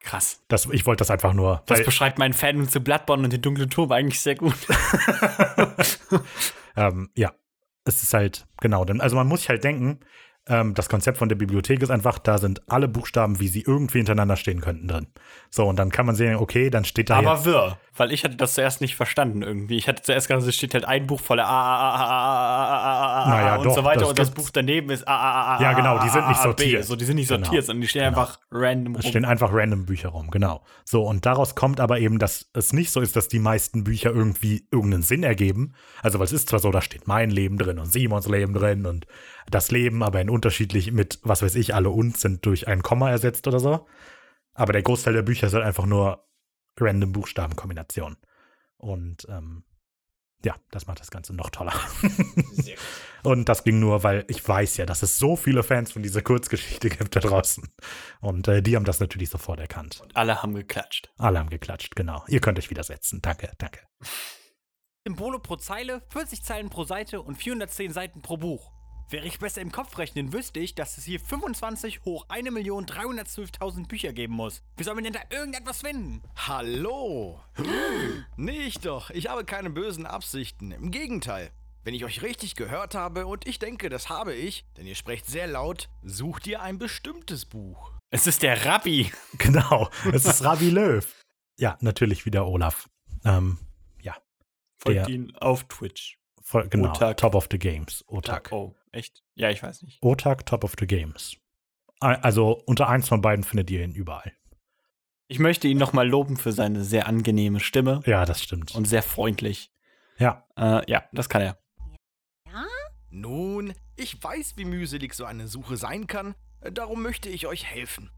Speaker 1: Krass.
Speaker 2: das, ich wollte das einfach nur.
Speaker 1: Das
Speaker 2: weil-
Speaker 1: beschreibt meinen Fan zu Bloodborne und den dunklen Turm eigentlich sehr gut.
Speaker 2: ähm, ja, es ist halt, genau. denn- Also man muss sich halt denken, ähm, das Konzept von der Bibliothek ist einfach, da sind alle Buchstaben, wie sie irgendwie hintereinander stehen könnten, drin. So, und dann kann man sehen, okay, dann steht da
Speaker 1: Aber
Speaker 2: jetzt,
Speaker 1: wirr, weil ich hatte das zuerst nicht verstanden irgendwie. Ich hatte zuerst gedacht, es steht halt ein Buch voller A, A, A, A, A, A, A, A, A, A,
Speaker 2: Naja,
Speaker 1: und
Speaker 2: doch,
Speaker 1: so weiter
Speaker 2: das
Speaker 1: und das
Speaker 2: gibt's.
Speaker 1: Buch daneben ist A, A, A, A,
Speaker 2: Ja, genau, die sind nicht
Speaker 1: A, A, B.
Speaker 2: sortiert.
Speaker 1: So, die sind nicht
Speaker 2: Genau.
Speaker 1: sortiert, sondern die stehen
Speaker 2: Genau.
Speaker 1: einfach random
Speaker 2: es
Speaker 1: rum.
Speaker 2: stehen einfach random Bücher rum, genau. So, und daraus kommt aber eben, dass es nicht so ist, dass die meisten Bücher irgendwie irgendeinen Sinn ergeben. Also, weil es ist zwar so, da steht mein Leben drin und Simons Leben drin und das Leben, aber in unterschiedlich mit, was weiß ich, alle uns sind durch ein Komma ersetzt oder so. Aber der Großteil der Bücher sind einfach nur random Buchstabenkombinationen. Und ähm, ja, das macht das Ganze noch toller. und das ging nur, weil ich weiß ja, dass es so viele Fans von dieser Kurzgeschichte gibt da draußen. Und äh, die haben das natürlich sofort erkannt.
Speaker 1: Alle haben geklatscht.
Speaker 2: Alle haben geklatscht, genau. Ihr könnt euch wieder setzen. Danke, danke.
Speaker 4: Symbole pro Zeile, 40 Zeilen pro Seite und 410 Seiten pro Buch. Wäre ich besser im Kopf rechnen, wüsste ich, dass es hier 25 hoch 1.312.000 Bücher geben muss. Wie soll man denn da irgendetwas finden?
Speaker 8: Hallo! Nicht doch, ich habe keine bösen Absichten. Im Gegenteil. Wenn ich euch richtig gehört habe, und ich denke, das habe ich, denn ihr sprecht sehr laut, sucht ihr ein bestimmtes Buch.
Speaker 1: Es ist der Rabbi.
Speaker 2: Genau, es ist Ravi Löw. Ja, natürlich wieder Olaf. Ähm,
Speaker 1: Folgt
Speaker 2: Der-
Speaker 1: ihn auf Twitch.
Speaker 2: voll, genau,
Speaker 1: Otak.
Speaker 2: Top of the Games. Otak.
Speaker 1: Oh, echt? Ja, ich weiß nicht.
Speaker 2: Otak, Top of the Games. A- Also unter eins von beiden findet ihr ihn überall.
Speaker 1: Ich möchte ihn nochmal loben für seine sehr angenehme Stimme
Speaker 2: Ja, das stimmt.
Speaker 1: und sehr freundlich.
Speaker 2: ja,
Speaker 1: Äh, ja, das kann er.
Speaker 8: Nun, ich weiß, wie mühselig so eine Suche sein kann, darum möchte ich euch helfen.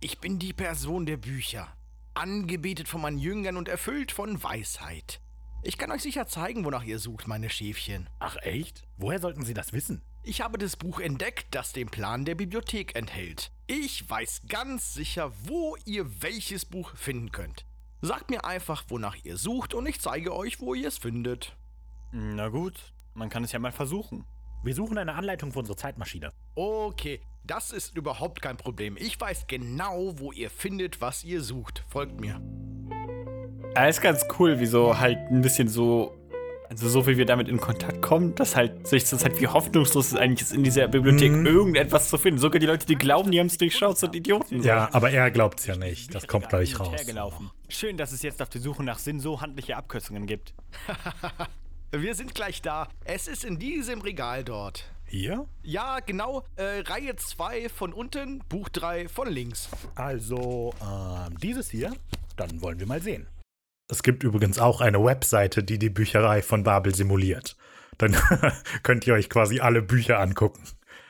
Speaker 8: Ich bin die Person der Bücher, angebetet von meinen Jüngern und erfüllt von Weisheit. Ich kann euch sicher zeigen, wonach ihr sucht, meine Schäfchen.
Speaker 2: Ach echt? Woher sollten Sie das wissen?
Speaker 8: Ich habe das Buch entdeckt, das den Plan der Bibliothek enthält. Ich weiß ganz sicher, wo ihr welches Buch finden könnt. Sagt mir einfach, wonach ihr sucht, und ich zeige euch, wo ihr es findet.
Speaker 4: Na gut, man kann es ja mal versuchen.
Speaker 2: Wir suchen eine Anleitung für unsere Zeitmaschine.
Speaker 8: Okay, das ist überhaupt kein Problem. Ich weiß genau, wo ihr findet, was ihr sucht. Folgt mir.
Speaker 1: Ja, ist ganz cool, wie so halt ein bisschen so, also so wie wir damit in Kontakt kommen, dass halt sich das halt wie hoffnungslos es eigentlich ist, in dieser Bibliothek
Speaker 2: Mhm.
Speaker 1: irgendetwas zu finden. Sogar die Leute, die glauben, die haben es durchschaut, sind Idioten.
Speaker 2: Ja, aber er glaubt's ja nicht. Das kommt
Speaker 4: Bücherregal
Speaker 2: gleich
Speaker 4: hin und
Speaker 2: raus.
Speaker 4: her gelaufen. Schön, dass es jetzt auf der Suche nach Sinn so handliche Abkürzungen gibt.
Speaker 8: Wir sind gleich da. Es ist in diesem Regal dort.
Speaker 2: Hier?
Speaker 8: Ja, genau. Äh, Reihe 2 von unten, Buch 3 von links.
Speaker 2: Also, ähm, dieses hier, dann wollen wir mal sehen. Es gibt übrigens auch eine Webseite, die die Bücherei von Babel simuliert. Dann könnt ihr euch quasi alle Bücher angucken.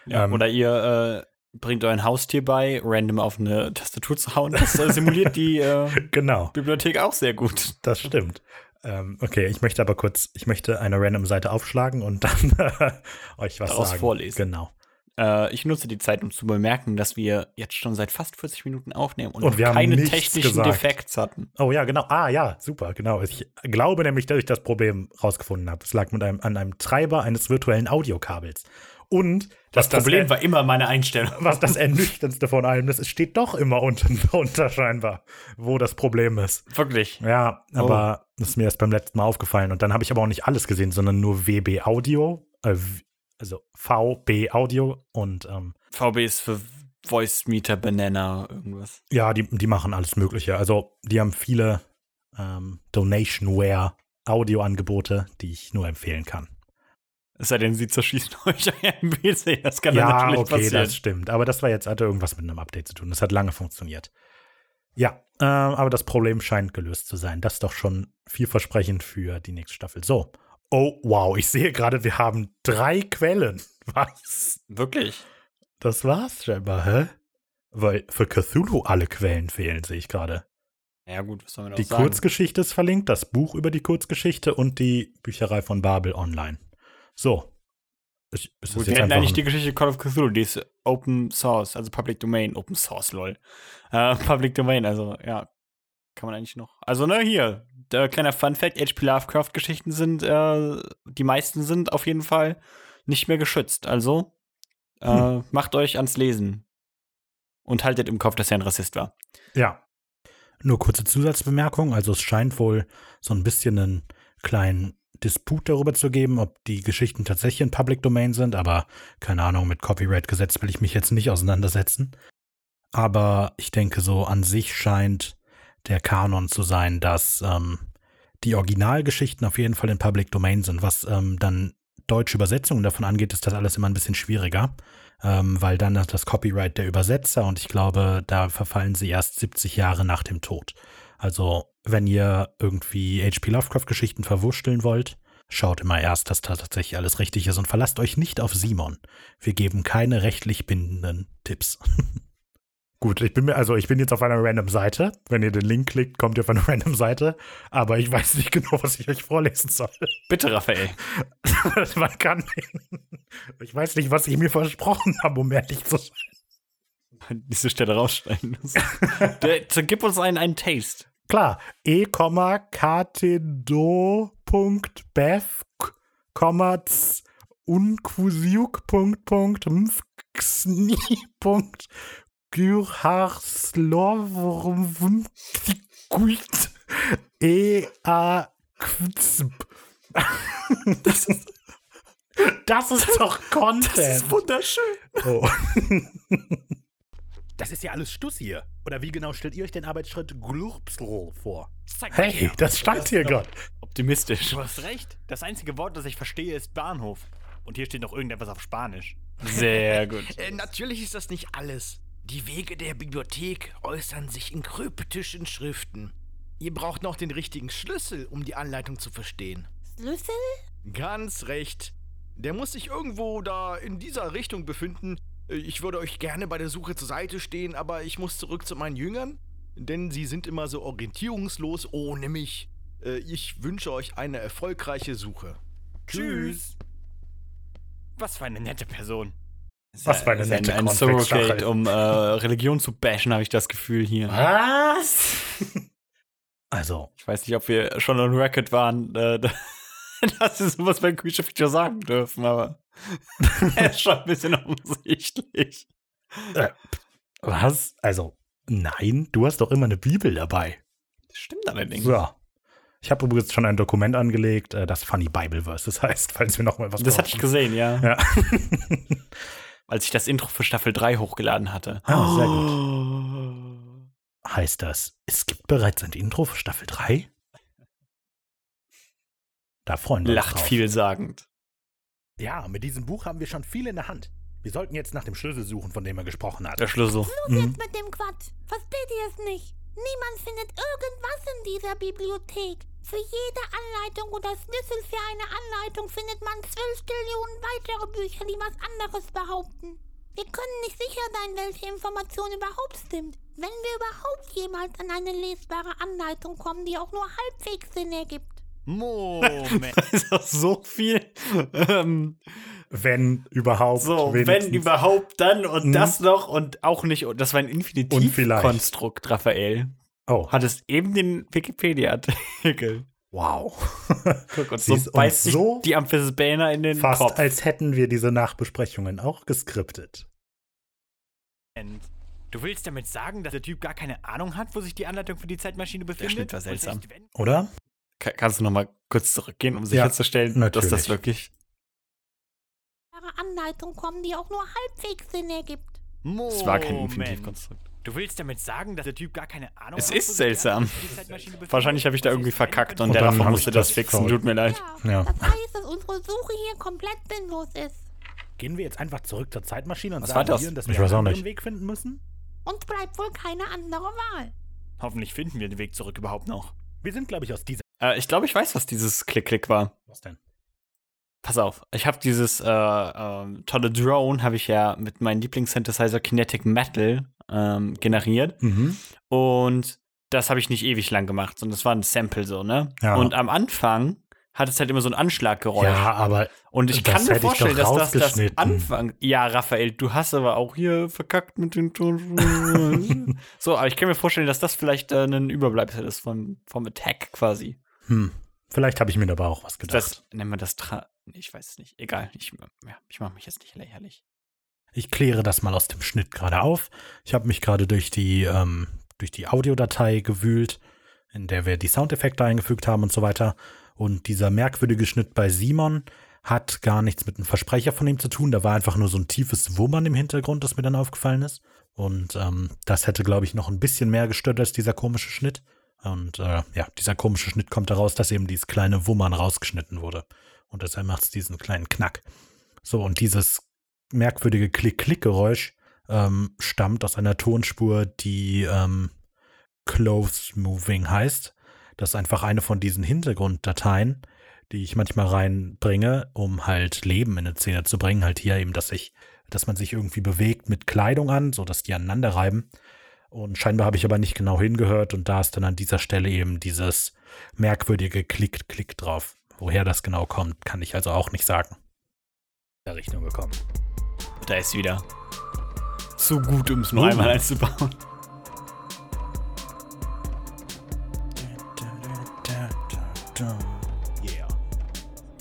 Speaker 1: Ja,
Speaker 2: Ähm,
Speaker 1: Oder ihr äh, bringt euren Haustier bei, random auf eine Tastatur zu hauen. Das äh, simuliert die äh,
Speaker 2: Genau.
Speaker 1: Bibliothek auch sehr gut.
Speaker 2: Das stimmt. Ähm, okay, ich möchte aber kurz, ich möchte eine Random-Seite aufschlagen und dann euch was
Speaker 1: Daraus
Speaker 2: sagen.
Speaker 1: vorlesen.
Speaker 2: Genau.
Speaker 1: Äh, ich nutze die Zeit, um zu bemerken, dass wir jetzt schon seit fast 40 Minuten aufnehmen und,
Speaker 2: Und wir haben
Speaker 1: keine
Speaker 2: nichts
Speaker 1: technischen
Speaker 2: gesagt.
Speaker 1: Defekts hatten.
Speaker 2: Oh ja, genau. Ah ja, super, genau. Ich glaube nämlich, dass ich das Problem rausgefunden habe. Es lag mit einem, an einem Treiber eines virtuellen Audiokabels. Und
Speaker 1: Das,
Speaker 2: was
Speaker 1: Problem
Speaker 2: er-
Speaker 1: war immer meine Einstellung.
Speaker 2: was das Ernüchterndste von allem ist, es steht doch immer unten drunter scheinbar, wo das Problem ist.
Speaker 1: Wirklich.
Speaker 2: Ja, aber das ist mir erst beim letzten Mal aufgefallen. Und dann habe ich aber auch nicht alles gesehen, sondern nur WB Audio, äh, w- also VB Audio und ähm,
Speaker 1: VB ist für Voice Meter Banana irgendwas.
Speaker 2: Ja, die, die machen alles Mögliche. Also, die haben viele ähm, Donationware Audioangebote, die ich nur empfehlen kann.
Speaker 1: Es sei denn, sie zerschießen euch einen PC. Das kann dann
Speaker 2: ja,
Speaker 1: natürlich
Speaker 2: okay,
Speaker 1: passieren.
Speaker 2: das stimmt. Aber das war jetzt, hatte irgendwas mit einem Update zu tun. Das hat lange funktioniert. Ja, äh, aber das Problem scheint gelöst zu sein. Das ist doch schon vielversprechend für die nächste Staffel. So. Oh, wow, ich sehe gerade, wir haben drei Quellen. Was?
Speaker 1: Wirklich?
Speaker 2: Das war's scheinbar, hä? Weil für Cthulhu alle Quellen fehlen, sehe ich gerade.
Speaker 1: Ja, gut, was soll man da
Speaker 2: Die
Speaker 1: auch sagen?
Speaker 2: Kurzgeschichte ist verlinkt, das Buch über die Kurzgeschichte und die Bücherei von Babel online. So. Ich,
Speaker 1: Gut,
Speaker 2: es ist
Speaker 1: wir
Speaker 2: jetzt
Speaker 1: hätten
Speaker 2: einfach
Speaker 1: eigentlich
Speaker 2: ein-
Speaker 1: die Geschichte Call of Cthulhu, die ist Open Source, also Public Domain, Open Source, lol. Äh, Public Domain, also ja, kann man eigentlich noch. Also, ne, hier, der, kleiner Fun Fact: HP Lovecraft-Geschichten sind, äh, die meisten sind auf jeden Fall nicht mehr geschützt. Also, äh,
Speaker 2: Hm.
Speaker 1: macht euch ans Lesen. Und haltet im Kopf, dass er ein Rassist war.
Speaker 2: Ja. Nur kurze Zusatzbemerkung. Also es scheint wohl so ein bisschen einen kleinen Disput darüber zu geben, ob die Geschichten tatsächlich in Public Domain sind, aber keine Ahnung, mit Copyright-Gesetz will ich mich jetzt nicht auseinandersetzen. Aber ich denke, so an sich scheint der Kanon zu sein, dass ähm, die Originalgeschichten auf jeden Fall in Public Domain sind. Was ähm, dann deutsche Übersetzungen davon angeht, ist das alles immer ein bisschen schwieriger ähm, weil dann hat das Copyright der Übersetzer und ich glaube, da verfallen sie erst 70 Jahre nach dem Tod. Also, wenn ihr irgendwie H.P. Lovecraft-Geschichten verwurschteln wollt, schaut immer erst, dass da tatsächlich alles richtig ist und verlasst euch nicht auf Simon. Wir geben keine rechtlich bindenden Tipps. Gut, ich bin mir, also ich bin jetzt auf einer random Seite. Wenn ihr den Link klickt, kommt ihr auf eine random Seite. Aber ich weiß nicht genau, was ich euch vorlesen soll.
Speaker 1: Bitte, Raphael.
Speaker 2: Man kann. Ich weiß nicht, was ich mir versprochen habe, um ehrlich zu sein.
Speaker 1: Diese Stelle rausschneiden müssen. Der, gib uns einen, einen Taste.
Speaker 2: Klar, e,katedo.bef, unqusiuk, Punkt, Punkt, mfxni, Punkt, gyrharslovmtikult, e, a, quzb. Das ist, das ist doch Content.
Speaker 1: wunderschön.
Speaker 2: Oh. Das ist ja alles Stuss hier. Oder wie genau stellt ihr euch den Arbeitsschritt Glurpsroh vor?
Speaker 4: Zeig mal
Speaker 2: Hey,
Speaker 4: her.
Speaker 2: das stand hier gerade.
Speaker 1: Optimistisch.
Speaker 4: Du hast recht. Das einzige Wort, das ich verstehe, ist Bahnhof. Und hier steht noch irgendetwas auf Spanisch.
Speaker 1: Sehr gut.
Speaker 8: Äh, natürlich ist das nicht alles. Die Wege der Bibliothek äußern sich in kryptischen Schriften. Ihr braucht noch den richtigen Schlüssel, um die Anleitung zu verstehen.
Speaker 3: Schlüssel?
Speaker 8: Ganz recht. Der muss sich irgendwo da in dieser Richtung befinden. Äh, Ich würde euch gerne bei der Suche zur Seite stehen, aber ich muss zurück zu meinen Jüngern, denn sie sind immer so orientierungslos ohne mich. Äh, Ich wünsche euch eine erfolgreiche Suche.
Speaker 4: Tschüss. Was für eine nette Person.
Speaker 2: Was für eine
Speaker 1: Ist
Speaker 2: nette
Speaker 1: ein, ein
Speaker 2: Kontextstachel.
Speaker 1: Surrogate, um äh, Religion zu bashen, habe ich das Gefühl hier.
Speaker 2: Was? Also,
Speaker 1: Ich weiß nicht, ob wir schon on record waren, äh, da- dass wir sowas bei Creature Feature sagen dürfen, aber er ist schon ein bisschen offensichtlich.
Speaker 2: äh, was? Also, nein, du hast doch immer eine Bibel dabei.
Speaker 1: Das stimmt allerdings.
Speaker 2: Ja. Ich habe übrigens schon ein Dokument angelegt, äh, das Funny Bible Verses heißt, falls wir nochmal was
Speaker 1: Das hatte ich
Speaker 2: brauchen.
Speaker 1: gesehen, ja.
Speaker 2: Ja.
Speaker 1: Als ich das Intro für Staffel 3 hochgeladen hatte.
Speaker 2: ah, sehr gut.
Speaker 1: Oh.
Speaker 2: Heißt das, es gibt bereits ein Intro für Staffel 3? Da freuen wir uns
Speaker 1: Lacht
Speaker 2: drauf.
Speaker 1: vielsagend.
Speaker 2: Ja, mit diesem Buch haben wir schon viel in der Hand. Wir sollten jetzt nach dem Schlüssel suchen, von dem er gesprochen hat.
Speaker 1: Der Schlüssel.
Speaker 2: Mhm.
Speaker 3: Mit dem Quatsch. Versteht ihr es nicht? Niemand findet irgendwas in dieser Bibliothek. Für jede Anleitung oder Schlüssel für eine Anleitung findet man zwölf Trillionen weitere Bücher, die was anderes behaupten. Wir können nicht sicher sein, welche Information überhaupt stimmt. Wenn wir überhaupt jemals an eine lesbare Anleitung kommen, die auch nur halbwegs Sinn ergibt.
Speaker 4: Moment.
Speaker 1: Ist das so viel? Ähm,
Speaker 2: Wenn überhaupt.
Speaker 1: so, wenn
Speaker 2: wenigstens.
Speaker 1: überhaupt, dann und
Speaker 2: Mhm.
Speaker 1: das noch und auch nicht. Und das war ein
Speaker 2: Und vielleicht.
Speaker 1: Infinitivkonstrukt, Raphael.
Speaker 2: Oh,
Speaker 1: Hattest eben den Wikipedia-Artikel.
Speaker 2: wow.
Speaker 1: Guck, und so
Speaker 2: Siehst, und
Speaker 1: beißt sich
Speaker 2: so
Speaker 1: die Amphisbäner in den
Speaker 2: Fast
Speaker 1: Kopf.
Speaker 2: als hätten wir diese Nachbesprechungen auch geskriptet.
Speaker 4: Du willst damit sagen, dass der Typ gar keine Ahnung hat, wo sich die Anleitung für die Zeitmaschine befindet?
Speaker 1: Schnitt war
Speaker 4: Und selbst
Speaker 1: seltsam.
Speaker 4: wenn-
Speaker 2: Oder?
Speaker 1: Ka- Kannst du noch mal kurz zurückgehen, um sicherzustellen, dass das
Speaker 2: natürlich.
Speaker 1: wirklich
Speaker 3: Lesbare Anleitung kommen, die auch nur halbwegs Sinn ergibt.
Speaker 1: Es war kein
Speaker 4: Moment.
Speaker 1: Infinitivkonstrukt.
Speaker 4: Du willst damit sagen, dass der Typ gar keine Ahnung
Speaker 1: Es
Speaker 4: hat, wo
Speaker 1: ist
Speaker 4: sich die
Speaker 1: seltsam.
Speaker 4: andere Zeitmaschine befindet?
Speaker 1: Wahrscheinlich habe ich da
Speaker 4: Was
Speaker 1: irgendwie
Speaker 4: jetzt sein
Speaker 1: verkackt
Speaker 4: könnte?
Speaker 1: und,
Speaker 2: Und
Speaker 1: der
Speaker 2: dann
Speaker 1: Raffa
Speaker 2: hab ich
Speaker 1: musste das
Speaker 2: das
Speaker 1: fixen.
Speaker 2: verrückt.
Speaker 1: Tut mir leid.
Speaker 2: Ja.
Speaker 3: Das heißt, dass unsere Suche hier komplett sinnlos ist.
Speaker 2: Gehen wir jetzt einfach zurück zur Zeitmaschine und
Speaker 1: Was war
Speaker 2: sagen
Speaker 1: das?
Speaker 2: Ihnen, dass
Speaker 1: Ich
Speaker 2: wir einen
Speaker 1: weiß auch
Speaker 2: anderen
Speaker 1: nicht.
Speaker 2: Weg finden müssen?
Speaker 3: Uns bleibt wohl keine andere Wahl.
Speaker 4: Hoffentlich finden wir den Weg zurück überhaupt noch.
Speaker 2: Wir sind, glaube ich, aus dieser.
Speaker 1: Äh, ich glaube, ich weiß, was dieses Klick-Klick war.
Speaker 2: Was denn?
Speaker 1: Pass auf, ich habe dieses äh, ähm, tolle Drone, habe ich ja mit meinem Lieblingssynthesizer Kinetic Metal ähm, generiert.
Speaker 2: Mhm.
Speaker 1: Und das habe ich nicht ewig lang gemacht, sondern das war ein Sample so, ne?
Speaker 2: Ja.
Speaker 1: Und am Anfang hat es halt immer so ein Anschlaggeräusch.
Speaker 2: Ja, aber
Speaker 1: Und ich
Speaker 2: das
Speaker 1: kann mir
Speaker 2: hätte ich doch
Speaker 1: vorstellen, dass das das
Speaker 2: rausgeschnitten.
Speaker 1: Anfang. Ja, Raphael, du hast aber auch hier verkackt mit den Ton. so, aber ich kann mir vorstellen, dass das vielleicht äh, ein Überbleibsel ist von, vom Attack quasi.
Speaker 2: hm, vielleicht habe ich mir dabei auch was gedacht.
Speaker 1: Das nennen wir das Tra. Nee, ich weiß es nicht. Egal. Ich, ja, ich mache mich jetzt nicht lächerlich.
Speaker 2: Ich kläre das mal aus dem Schnitt gerade auf. Ich habe mich gerade durch die, ähm, durch die Audiodatei gewühlt, in der wir die Soundeffekte eingefügt haben und so weiter. Und dieser merkwürdige Schnitt bei Simon hat gar nichts mit einem Versprecher von ihm zu tun. Da war einfach nur so ein tiefes Wummern im Hintergrund, das mir dann aufgefallen ist. Und ähm, das hätte, glaube ich, noch ein bisschen mehr gestört als dieser komische Schnitt. Und äh, ja, dieser komische Schnitt kommt daraus, dass eben dieses kleine Wummern rausgeschnitten wurde. Und deshalb macht es diesen kleinen Knack. So, und dieses merkwürdige Klick-Klick-Geräusch ähm, stammt aus einer Tonspur, die ähm, Clothes Moving heißt. Das ist einfach eine von diesen Hintergrunddateien, die ich manchmal reinbringe, um halt Leben in eine Szene zu bringen. Halt hier eben, dass ich, dass man sich irgendwie bewegt mit Kleidung an, sodass die aneinander reiben. Und scheinbar habe ich aber nicht genau hingehört und da ist dann an dieser Stelle eben dieses merkwürdige Klick-Klick drauf. Woher das genau kommt, kann ich also auch nicht sagen. In der Richtung gekommen.
Speaker 1: Da ist sie wieder. Zu gut, um es nur einmal einzubauen.
Speaker 2: Yeah.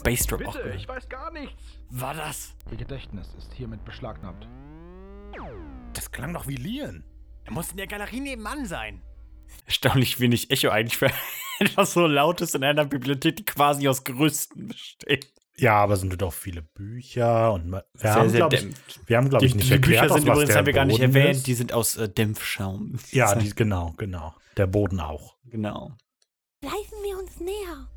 Speaker 1: Bassdrop auch.
Speaker 8: Bitte, ich weiß gar nichts.
Speaker 4: Oh,
Speaker 1: War das?
Speaker 5: äh. Ihr Gedächtnis ist hiermit beschlagnahmt.
Speaker 2: Das klang doch wie Lian.
Speaker 4: Er muss in der Galerie nebenan sein.
Speaker 1: Erstaunlich wenig Echo eigentlich für etwas so Lautes in einer Bibliothek, die quasi aus Gerüsten besteht.
Speaker 2: Ja, aber sind doch viele Bücher und ma- wir
Speaker 1: Sehr,
Speaker 2: haben,
Speaker 1: sehr
Speaker 2: glaube ich,
Speaker 1: dämpft.
Speaker 2: wir haben, glaub ich,
Speaker 1: die,
Speaker 2: nicht
Speaker 1: die
Speaker 2: erklärt,
Speaker 1: Bücher
Speaker 2: aus
Speaker 1: sind
Speaker 2: was
Speaker 1: übrigens,
Speaker 2: der
Speaker 1: haben wir gar nicht
Speaker 2: Boden
Speaker 1: erwähnt,
Speaker 2: ist.
Speaker 1: die sind aus äh, Dämpfschaum.
Speaker 2: ja, die, genau, genau. Der Boden auch.
Speaker 1: genau.
Speaker 3: Leisen wir uns näher.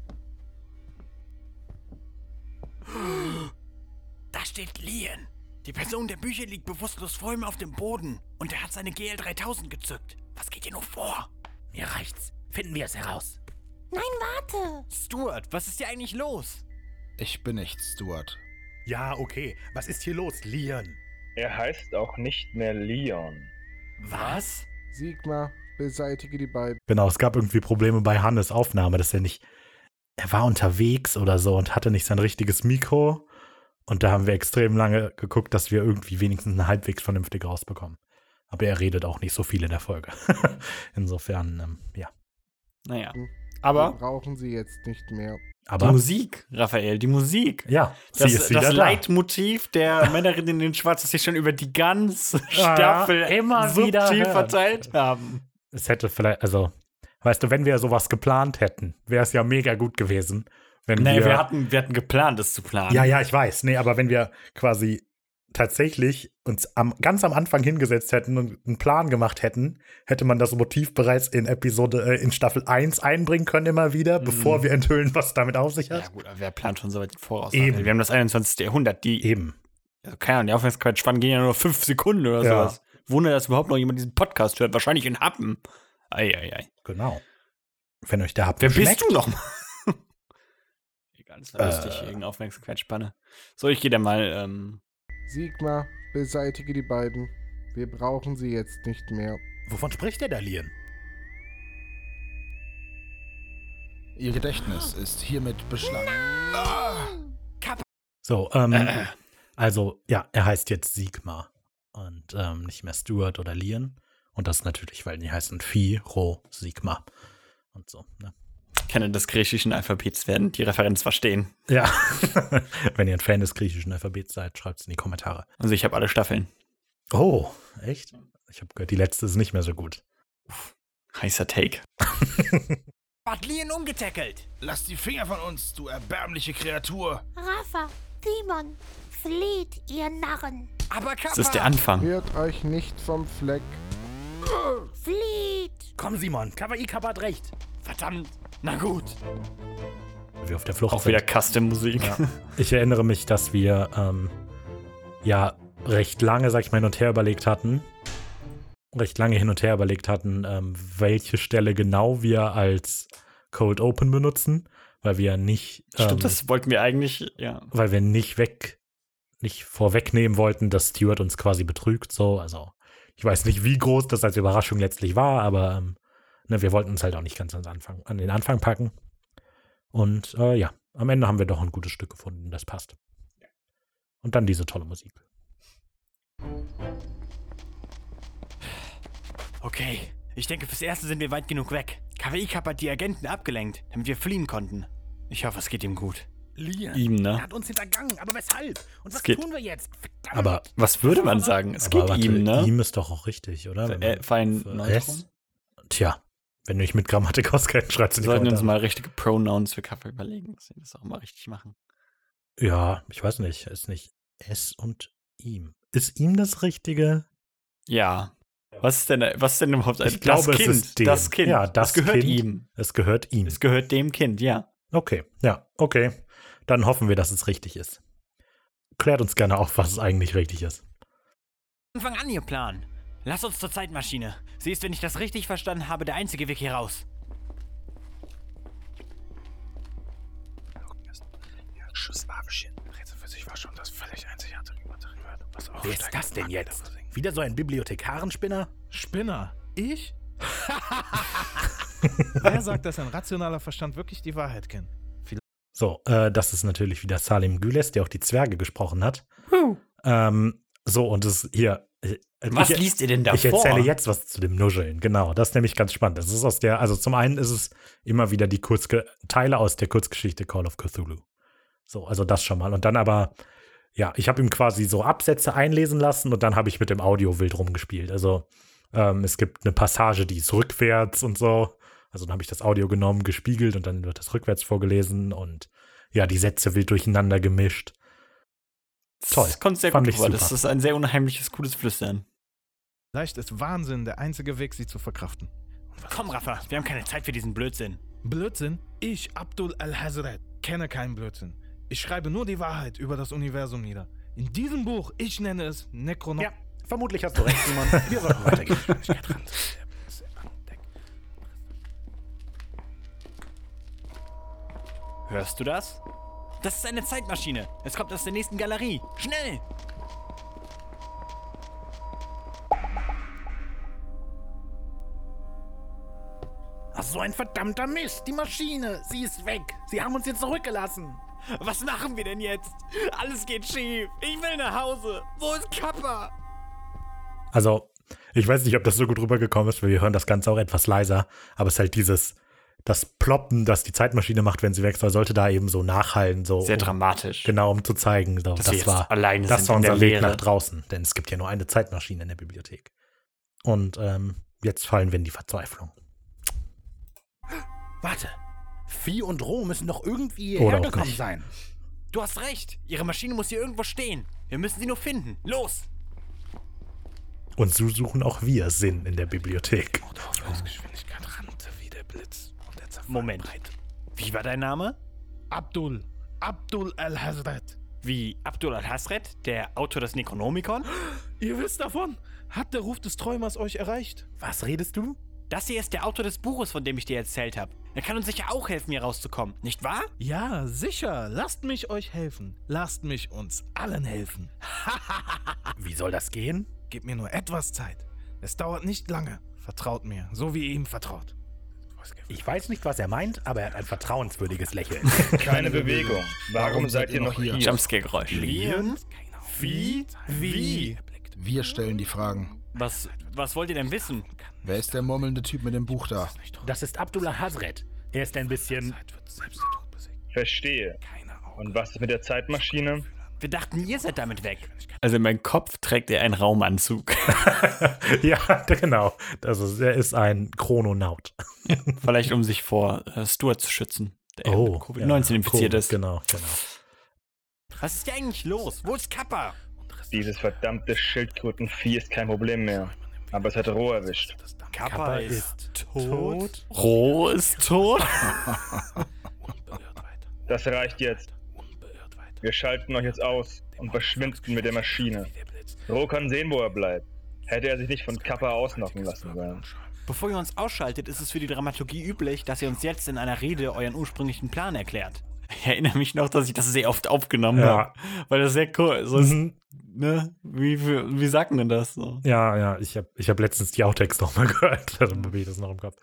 Speaker 4: Da steht Lian. Die Person der Bücher liegt bewusstlos vor ihm auf dem Boden und er hat seine GL3000 gezückt. Was geht hier nur vor?
Speaker 2: Mir reicht's. Finden wir es heraus.
Speaker 3: Nein, warte.
Speaker 4: Stuart, was ist hier eigentlich los?
Speaker 5: Ich bin nicht Stuart.
Speaker 2: Ja, okay. Was ist hier los, Lian?
Speaker 9: Er heißt auch nicht mehr Leon.
Speaker 4: Was?
Speaker 10: Sigma, beseitige die beiden.
Speaker 2: Genau, es gab irgendwie Probleme bei Hannes Aufnahme, dass er nicht. Er war unterwegs oder so und hatte nicht sein richtiges Mikro. Und da haben wir extrem lange geguckt, dass wir irgendwie wenigstens einen halbwegs vernünftig rausbekommen. Aber er redet auch nicht so viel in der Folge. Insofern, ähm, ja.
Speaker 1: Naja.
Speaker 10: Mhm. Wir
Speaker 1: Aber
Speaker 10: brauchen sie jetzt nicht mehr.
Speaker 1: die
Speaker 2: Aber
Speaker 1: Musik, Raphael, die Musik.
Speaker 2: ja, sie
Speaker 1: Das,
Speaker 2: ist wieder
Speaker 1: das
Speaker 2: da.
Speaker 1: Leitmotiv der Männerin in den Schwarz, das sich schon über die ganze Staffel
Speaker 2: immer
Speaker 1: subtil
Speaker 2: wieder hören.
Speaker 1: verteilt haben.
Speaker 2: Es hätte vielleicht, also, weißt du, wenn wir sowas geplant hätten, wäre es ja mega gut gewesen, wenn
Speaker 1: Naja,
Speaker 2: wir,
Speaker 1: wir hatten, wir hatten geplant, es zu planen.
Speaker 2: Ja, ja, ich weiß. Nee, aber wenn wir quasi tatsächlich uns am, ganz am Anfang hingesetzt hätten und einen Plan gemacht hätten, hätte man das Motiv bereits in Episode, äh, in Staffel 1 einbringen können, immer wieder, bevor wir enthüllen, was damit auf sich
Speaker 1: Ja,
Speaker 2: hat.
Speaker 1: gut, aber wer plant schon so weit voraus?
Speaker 2: Eben.
Speaker 1: Wir haben das 21. Jahrhundert. Die,
Speaker 2: Eben.
Speaker 1: Also, keine Ahnung, die Aufmerksamkeitsspannen gehen ja nur fünf Sekunden oder
Speaker 2: Ja.
Speaker 1: sowas. Wunder, dass überhaupt noch jemand diesen Podcast hört. Wahrscheinlich in Happen. Eieiei.
Speaker 2: Genau. Wenn euch der Happen
Speaker 1: Wer
Speaker 2: schmeckt,
Speaker 1: bist du nochmal? Egal, das war
Speaker 2: Äh.
Speaker 1: lustig, irgendeine Aufmerksamkeitsspanne. So, ich gehe da mal. Ähm,
Speaker 10: Sigma, beseitige die beiden. Wir brauchen sie jetzt nicht mehr.
Speaker 2: Wovon spricht der da, Lian?
Speaker 5: Ihr Gedächtnis ist hiermit beschlagnahmt. Ah,
Speaker 2: So, ähm, also, ja, er heißt jetzt Sigma und ähm, nicht mehr Stuart oder Lian. Und das natürlich, weil die heißen Phi, Ro, Sigma und so, ne?
Speaker 1: Kenner des griechischen Alphabets werden die Referenz verstehen.
Speaker 2: Ja. Wenn ihr ein Fan des griechischen Alphabets seid, schreibt es in die Kommentare.
Speaker 1: Also, ich habe alle Staffeln.
Speaker 2: Oh, echt? Ich habe gehört, die letzte ist nicht mehr so gut.
Speaker 1: Heißer Take.
Speaker 4: Hat Lian umgetackelt?
Speaker 5: Lass die Finger von uns, du erbärmliche Kreatur!
Speaker 3: Rafa, Simon, flieht, ihr Narren.
Speaker 4: Aber Kappa!
Speaker 1: Das ist der Anfang.
Speaker 10: Rührt euch nicht vom Fleck.
Speaker 3: Flieht!
Speaker 2: Komm, Simon, Kawaii Kappa hat recht.
Speaker 4: Verdammt. Na gut.
Speaker 2: Wir auf der Flucht
Speaker 1: Auch wieder Custom-Musik.
Speaker 2: Ja. Ich erinnere mich, dass wir ähm, ja recht lange, sag ich mal, hin und her überlegt hatten. Recht lange hin und her überlegt hatten, ähm, welche Stelle genau wir als Cold Open benutzen, weil wir nicht, ähm,
Speaker 1: Stimmt, das wollten wir eigentlich, ja.
Speaker 2: weil wir nicht weg, nicht vorwegnehmen wollten, dass Stuart uns quasi betrügt. So, also ich weiß nicht, wie groß das als Überraschung letztlich war, aber ähm, ne, wir wollten uns halt auch nicht ganz ans Anfang, an den Anfang packen. Und äh, ja, am Ende haben wir doch ein gutes Stück gefunden, das passt. Und dann diese tolle Musik.
Speaker 4: Okay. Ich denke, fürs Erste sind wir weit genug weg. KWI Cup hat die Agenten abgelenkt, damit wir fliehen konnten. Ich hoffe, es geht ihm gut.
Speaker 2: Lian,
Speaker 1: Ihm, ne?
Speaker 2: hat uns hintergangen, aber weshalb? Und was
Speaker 1: geht.
Speaker 2: tun wir jetzt? Verdammt.
Speaker 1: Aber was würde man sagen? Es geht ihm, ne?
Speaker 2: Ihm ist doch auch richtig, oder? Wenn
Speaker 1: äh,
Speaker 2: man-
Speaker 1: für einen
Speaker 2: für
Speaker 1: Neutron?
Speaker 2: S? Tja, wenn du dich mit Grammatik auskennst, schreibst
Speaker 1: Wir
Speaker 2: du die
Speaker 1: sollten uns
Speaker 2: Kommentare.
Speaker 1: mal richtige Pronouns für Kaffee überlegen, dass wir das auch mal richtig machen.
Speaker 2: Ja, ich weiß nicht. Ist nicht es und ihm. Ist ihm das Richtige?
Speaker 1: Ja. Was ist denn, was ist denn überhaupt
Speaker 2: Ich glaube,
Speaker 1: das
Speaker 2: es
Speaker 1: Kind?
Speaker 2: ist dem.
Speaker 1: Das Kind.
Speaker 2: Ja, das
Speaker 1: es gehört
Speaker 2: Kind.
Speaker 1: ihm.
Speaker 2: Es gehört ihm.
Speaker 1: Es gehört dem Kind, ja.
Speaker 2: Okay, ja, okay. Dann hoffen wir, dass es richtig ist. Klärt uns gerne auf, was es eigentlich richtig ist.
Speaker 4: Fang an, ihr Plan. Lass uns zur Zeitmaschine. Sie ist, wenn ich das richtig verstanden habe, der einzige Weg hier raus.
Speaker 11: Schuss Abschied. Rätsel für sich war schon das völlig einzigartige Material, was auch.
Speaker 2: Wieder so ein Bibliothekarenspinner?
Speaker 5: Spinner. Ich? Wer sagt, dass ein rationaler Verstand wirklich die Wahrheit kennt?
Speaker 2: So, äh, das ist natürlich wieder Salim Güles, der auch die Zwerge gesprochen hat. Ähm, so, und es hier. äh,
Speaker 1: Was
Speaker 2: ich,
Speaker 1: liest ihr denn da
Speaker 2: Ich erzähle jetzt was zu dem Nuscheln, genau. Das ist nämlich ganz spannend. Das ist aus der, also zum einen ist es immer wieder die Kurzge Teile aus der Kurzgeschichte Call of Cthulhu. So, also das schon mal. Und dann aber, ja, ich habe ihm quasi so Absätze einlesen lassen und dann habe ich mit dem Audio wild rumgespielt. Also ähm, es gibt eine Passage, die ist rückwärts und so. Also dann habe ich das Audio genommen, gespiegelt und dann wird das rückwärts vorgelesen und ja, die Sätze wild durcheinander gemischt. Toll.
Speaker 1: Das kommt sehr
Speaker 2: Fand
Speaker 1: gut
Speaker 2: ich
Speaker 1: rüber.
Speaker 2: super.
Speaker 1: Das ist ein sehr unheimliches, gutes Flüstern.
Speaker 5: Vielleicht ist Wahnsinn der einzige Weg, sie zu verkraften.
Speaker 4: Komm, Rafa, wir haben keine Zeit für diesen Blödsinn.
Speaker 5: Blödsinn? Ich, Abdul al-Hazret, kenne keinen Blödsinn. Ich schreibe nur die Wahrheit über das Universum nieder. In diesem Buch, ich nenne es Necronom.
Speaker 2: Ja, vermutlich hast du recht, Simon. Wir sollten weitergehen.
Speaker 4: Hörst du das? Das ist eine Zeitmaschine. Es kommt aus der nächsten Galerie. Schnell!
Speaker 12: Ach, so ein verdammter Mist. Die Maschine, sie ist weg. Sie haben uns jetzt zurückgelassen.
Speaker 4: Was machen wir denn jetzt? Alles geht schief. Ich will nach Hause. Wo ist Kappa?
Speaker 2: Also, ich weiß nicht, ob das so gut rübergekommen ist, weil wir hören das Ganze auch etwas leiser, aber es ist halt dieses, das Ploppen, das die Zeitmaschine macht, wenn sie weg soll, sollte da eben so nachhallen. So,
Speaker 1: Sehr
Speaker 2: um,
Speaker 1: dramatisch.
Speaker 2: Genau, um zu zeigen, so,
Speaker 1: Dass wir
Speaker 2: das
Speaker 1: jetzt
Speaker 2: war,
Speaker 1: alleine
Speaker 2: das
Speaker 1: sind
Speaker 2: war
Speaker 1: in der
Speaker 2: unser Weg
Speaker 1: Leere.
Speaker 2: nach draußen, denn es gibt ja nur eine Zeitmaschine in der Bibliothek. Und ähm, jetzt fallen wir in die Verzweiflung.
Speaker 4: Warte. Vieh und Roh müssen noch irgendwie
Speaker 2: Oder auch hergekommen nicht.
Speaker 4: sein. Du hast recht. Ihre Maschine muss hier irgendwo stehen. Wir müssen sie nur finden. Los!
Speaker 2: Und so suchen auch wir Sinn in der Bibliothek.
Speaker 11: Geschwindigkeit rannte wie der Blitz und der Zerfall
Speaker 4: Moment. Wie war dein Name?
Speaker 5: Abdul. Abdul al-Hazret.
Speaker 4: Wie Abdul al-Hasret, der Autor des Necronomicon?
Speaker 5: Ihr wisst davon? Hat der Ruf des Träumers euch erreicht?
Speaker 2: Was redest du?
Speaker 4: Das hier ist der Autor des Buches, von dem ich dir erzählt habe. Er kann uns sicher auch helfen, hier rauszukommen, nicht wahr?
Speaker 5: Ja, sicher. Lasst mich euch helfen. Lasst mich uns allen helfen.
Speaker 2: Wie soll das gehen?
Speaker 5: Gebt mir nur etwas Zeit. Es dauert nicht lange. Vertraut mir, so wie ihr ihm vertraut.
Speaker 2: Ich weiß nicht, was er meint, aber er hat ein vertrauenswürdiges Lächeln.
Speaker 8: Keine Bewegung. Warum seid ihr noch hier?
Speaker 1: Jumpscare-Geräusch.
Speaker 4: Lian? Wie? Wie?
Speaker 13: Wir stellen die Fragen.
Speaker 4: Was, was wollt ihr denn wissen?
Speaker 13: Wer ist der murmelnde Typ mit dem Buch da?
Speaker 2: Das ist Abdullah Hazret. Er ist ein bisschen
Speaker 8: Verstehe. Und was ist mit der Zeitmaschine?
Speaker 4: Wir dachten, ihr seid damit weg.
Speaker 1: Also in meinem Kopf trägt er einen Raumanzug.
Speaker 2: Ja, genau. Das ist, er ist ein Chrononaut.
Speaker 1: Vielleicht um sich vor äh, Stuart zu schützen, der ja mit Covid-19
Speaker 2: Oh, ja,
Speaker 1: infiziert
Speaker 2: cool,
Speaker 1: ist.
Speaker 2: Genau, genau.
Speaker 4: Was ist hier eigentlich los? Wo ist Kappa?
Speaker 8: Dieses verdammte Schildkrötenvieh ist kein Problem mehr.
Speaker 9: Aber es hat Roh erwischt.
Speaker 8: Kappa ist
Speaker 1: tot. Roh ist tot.
Speaker 9: Das reicht jetzt. Wir schalten euch jetzt aus und verschwinden mit der Maschine. Roh kann sehen, wo er bleibt. Hätte er sich nicht von Kappa ausnocken lassen sollen.
Speaker 4: Bevor ihr uns ausschaltet, ist es für die Dramaturgie üblich, dass ihr uns jetzt in einer Rede euren ursprünglichen Plan erklärt.
Speaker 1: Ich erinnere mich noch, dass ich das sehr oft aufgenommen habe. Weil das sehr cool ist. Sonst, ne? wie, wie, wie sagt man das so?
Speaker 2: Ja, ja, ich habe ich hab letztens die Outtakes nochmal gehört. Darum habe ich das noch im Kopf.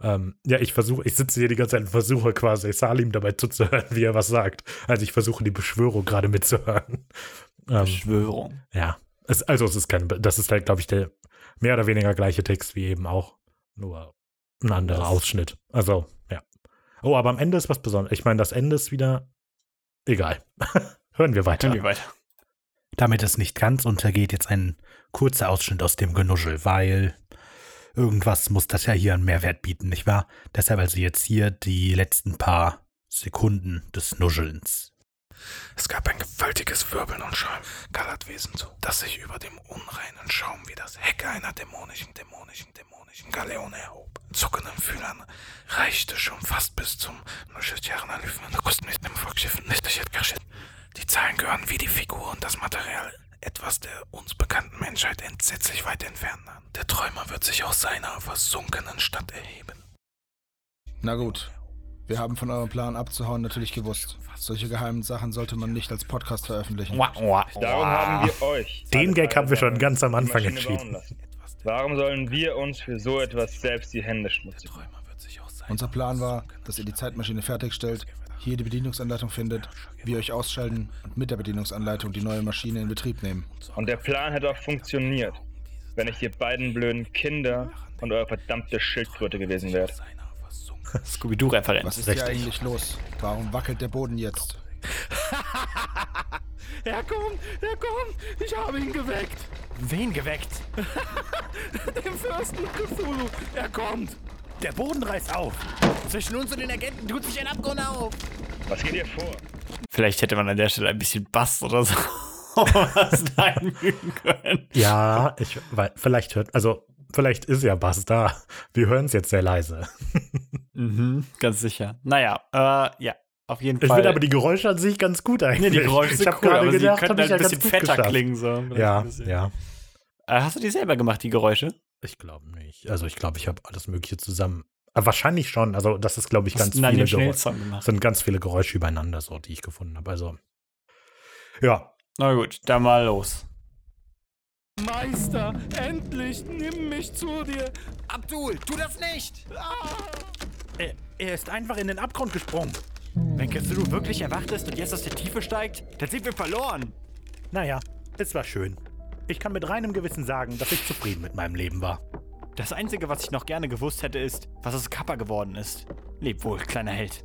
Speaker 2: Ähm, ja, ich versuche, ich sitze hier die ganze Zeit und versuche quasi Salim dabei zuzuhören, wie er was sagt. Also ich versuche die Beschwörung gerade mitzuhören. Ähm,
Speaker 1: Beschwörung.
Speaker 2: Ja. Es, also es ist kein, das ist halt, glaube ich, der mehr oder weniger gleiche Text wie eben auch. Nur ein anderer Ausschnitt. Also, ja. Oh, aber am Ende ist was Besonderes. Ich meine, das Ende ist wieder. Egal. Hören wir weiter.
Speaker 1: Hören wir weiter.
Speaker 2: Damit es nicht ganz untergeht, jetzt ein kurzer Ausschnitt aus dem Genuschel, weil irgendwas muss das ja hier einen Mehrwert bieten, nicht wahr? Deshalb also jetzt hier die letzten paar Sekunden des Nuschelns.
Speaker 6: Es gab ein gewaltiges Wirbeln und Schäumen, Galatwesen zu, das sich über dem unreinen Schaum wie das Heck einer dämonischen, dämonischen, dämonischen Galeone erhob. In Zuckenden Fühlern reichte schon fast bis zum Nuscheltjarenalyphen. Du kust nicht im Volksschiffen, nicht durch Edgarshit. Die Zahlen gehören wie die Figur und das Material etwas der uns bekannten Menschheit entsetzlich weit entfernt an. Der Träumer wird sich aus seiner versunkenen Stadt erheben.
Speaker 5: Na gut. Wir haben von eurem Plan abzuhauen natürlich gewusst. Solche geheimen Sachen sollte man nicht als Podcast veröffentlichen.
Speaker 9: Darum haben wir euch.
Speaker 2: Den Gag haben wir schon
Speaker 9: die
Speaker 2: ganz am Anfang
Speaker 9: Maschine bauen
Speaker 2: entschieden.
Speaker 9: lassen. Warum sollen wir uns für so etwas selbst die Hände schmutzig machen?
Speaker 5: Unser Plan war, dass ihr die Zeitmaschine fertigstellt, hier die Bedienungsanleitung findet, wir euch ausschalten und mit der Bedienungsanleitung die neue Maschine in Betrieb nehmen.
Speaker 9: Und der Plan hätte auch funktioniert, wenn ich ihr beiden blöden Kinder und eure verdammte Schildkröte gewesen wärt.
Speaker 5: Was
Speaker 1: Scooby-Doo-Referenz.
Speaker 5: ist hier eigentlich los? Warum wackelt der Boden jetzt?
Speaker 6: Er kommt, er kommt, ich habe ihn geweckt.
Speaker 4: Wen geweckt?
Speaker 6: Den Fürsten Cthulhu, er kommt.
Speaker 4: Der Boden reißt auf. Zwischen uns und den Agenten tut sich ein Abgrund auf.
Speaker 9: Was geht ihr vor?
Speaker 1: Vielleicht hätte man an der Stelle ein bisschen Bass oder so was einüben können.
Speaker 2: Ja, ich, weil, vielleicht hört, also vielleicht ist ja Bass da. Wir hören es jetzt sehr leise.
Speaker 1: Mhm, ganz sicher. Naja, äh, ja, auf jeden
Speaker 2: Ich
Speaker 1: Fall.
Speaker 2: finde aber die Geräusche an sich ganz gut eigentlich.
Speaker 1: nee, die Geräusche
Speaker 2: ich
Speaker 1: sind
Speaker 2: hab
Speaker 1: cool,
Speaker 2: gerade
Speaker 1: aber
Speaker 2: gedacht,
Speaker 1: sie
Speaker 2: hab
Speaker 1: könnten
Speaker 2: ich
Speaker 1: halt ein
Speaker 2: ja
Speaker 1: bisschen
Speaker 2: ganz gut
Speaker 1: fetter
Speaker 2: geschafft.
Speaker 1: klingen. So. Vielleicht
Speaker 2: Ja,
Speaker 1: ein bisschen.
Speaker 2: ja.
Speaker 1: Äh, hast du die selber gemacht, die Geräusche?
Speaker 2: Ich glaube nicht. Also ich glaube, ich habe alles Mögliche zusammen. Aber wahrscheinlich schon. Also das ist, glaube ich,
Speaker 1: Hast
Speaker 2: ganz
Speaker 1: du dann
Speaker 2: viele
Speaker 1: den
Speaker 2: Geräusche.
Speaker 1: Schnellsong gemacht?
Speaker 2: sind ganz viele Geräusche übereinander, so die ich gefunden habe. Also ja,
Speaker 1: Na gut, dann mal los.
Speaker 6: Meister, endlich nimm mich zu dir.
Speaker 4: Abdul, tu das nicht! Er, er ist einfach in den Abgrund gesprungen. Wenn Cthulhu wirklich erwacht ist und jetzt aus der Tiefe steigt, dann sind wir verloren.
Speaker 2: naja, es war schön. Ich kann mit reinem Gewissen sagen, dass ich zufrieden mit meinem Leben war.
Speaker 4: Das Einzige, was ich noch gerne gewusst hätte, ist, was aus Kappa geworden ist. Leb wohl, kleiner Held.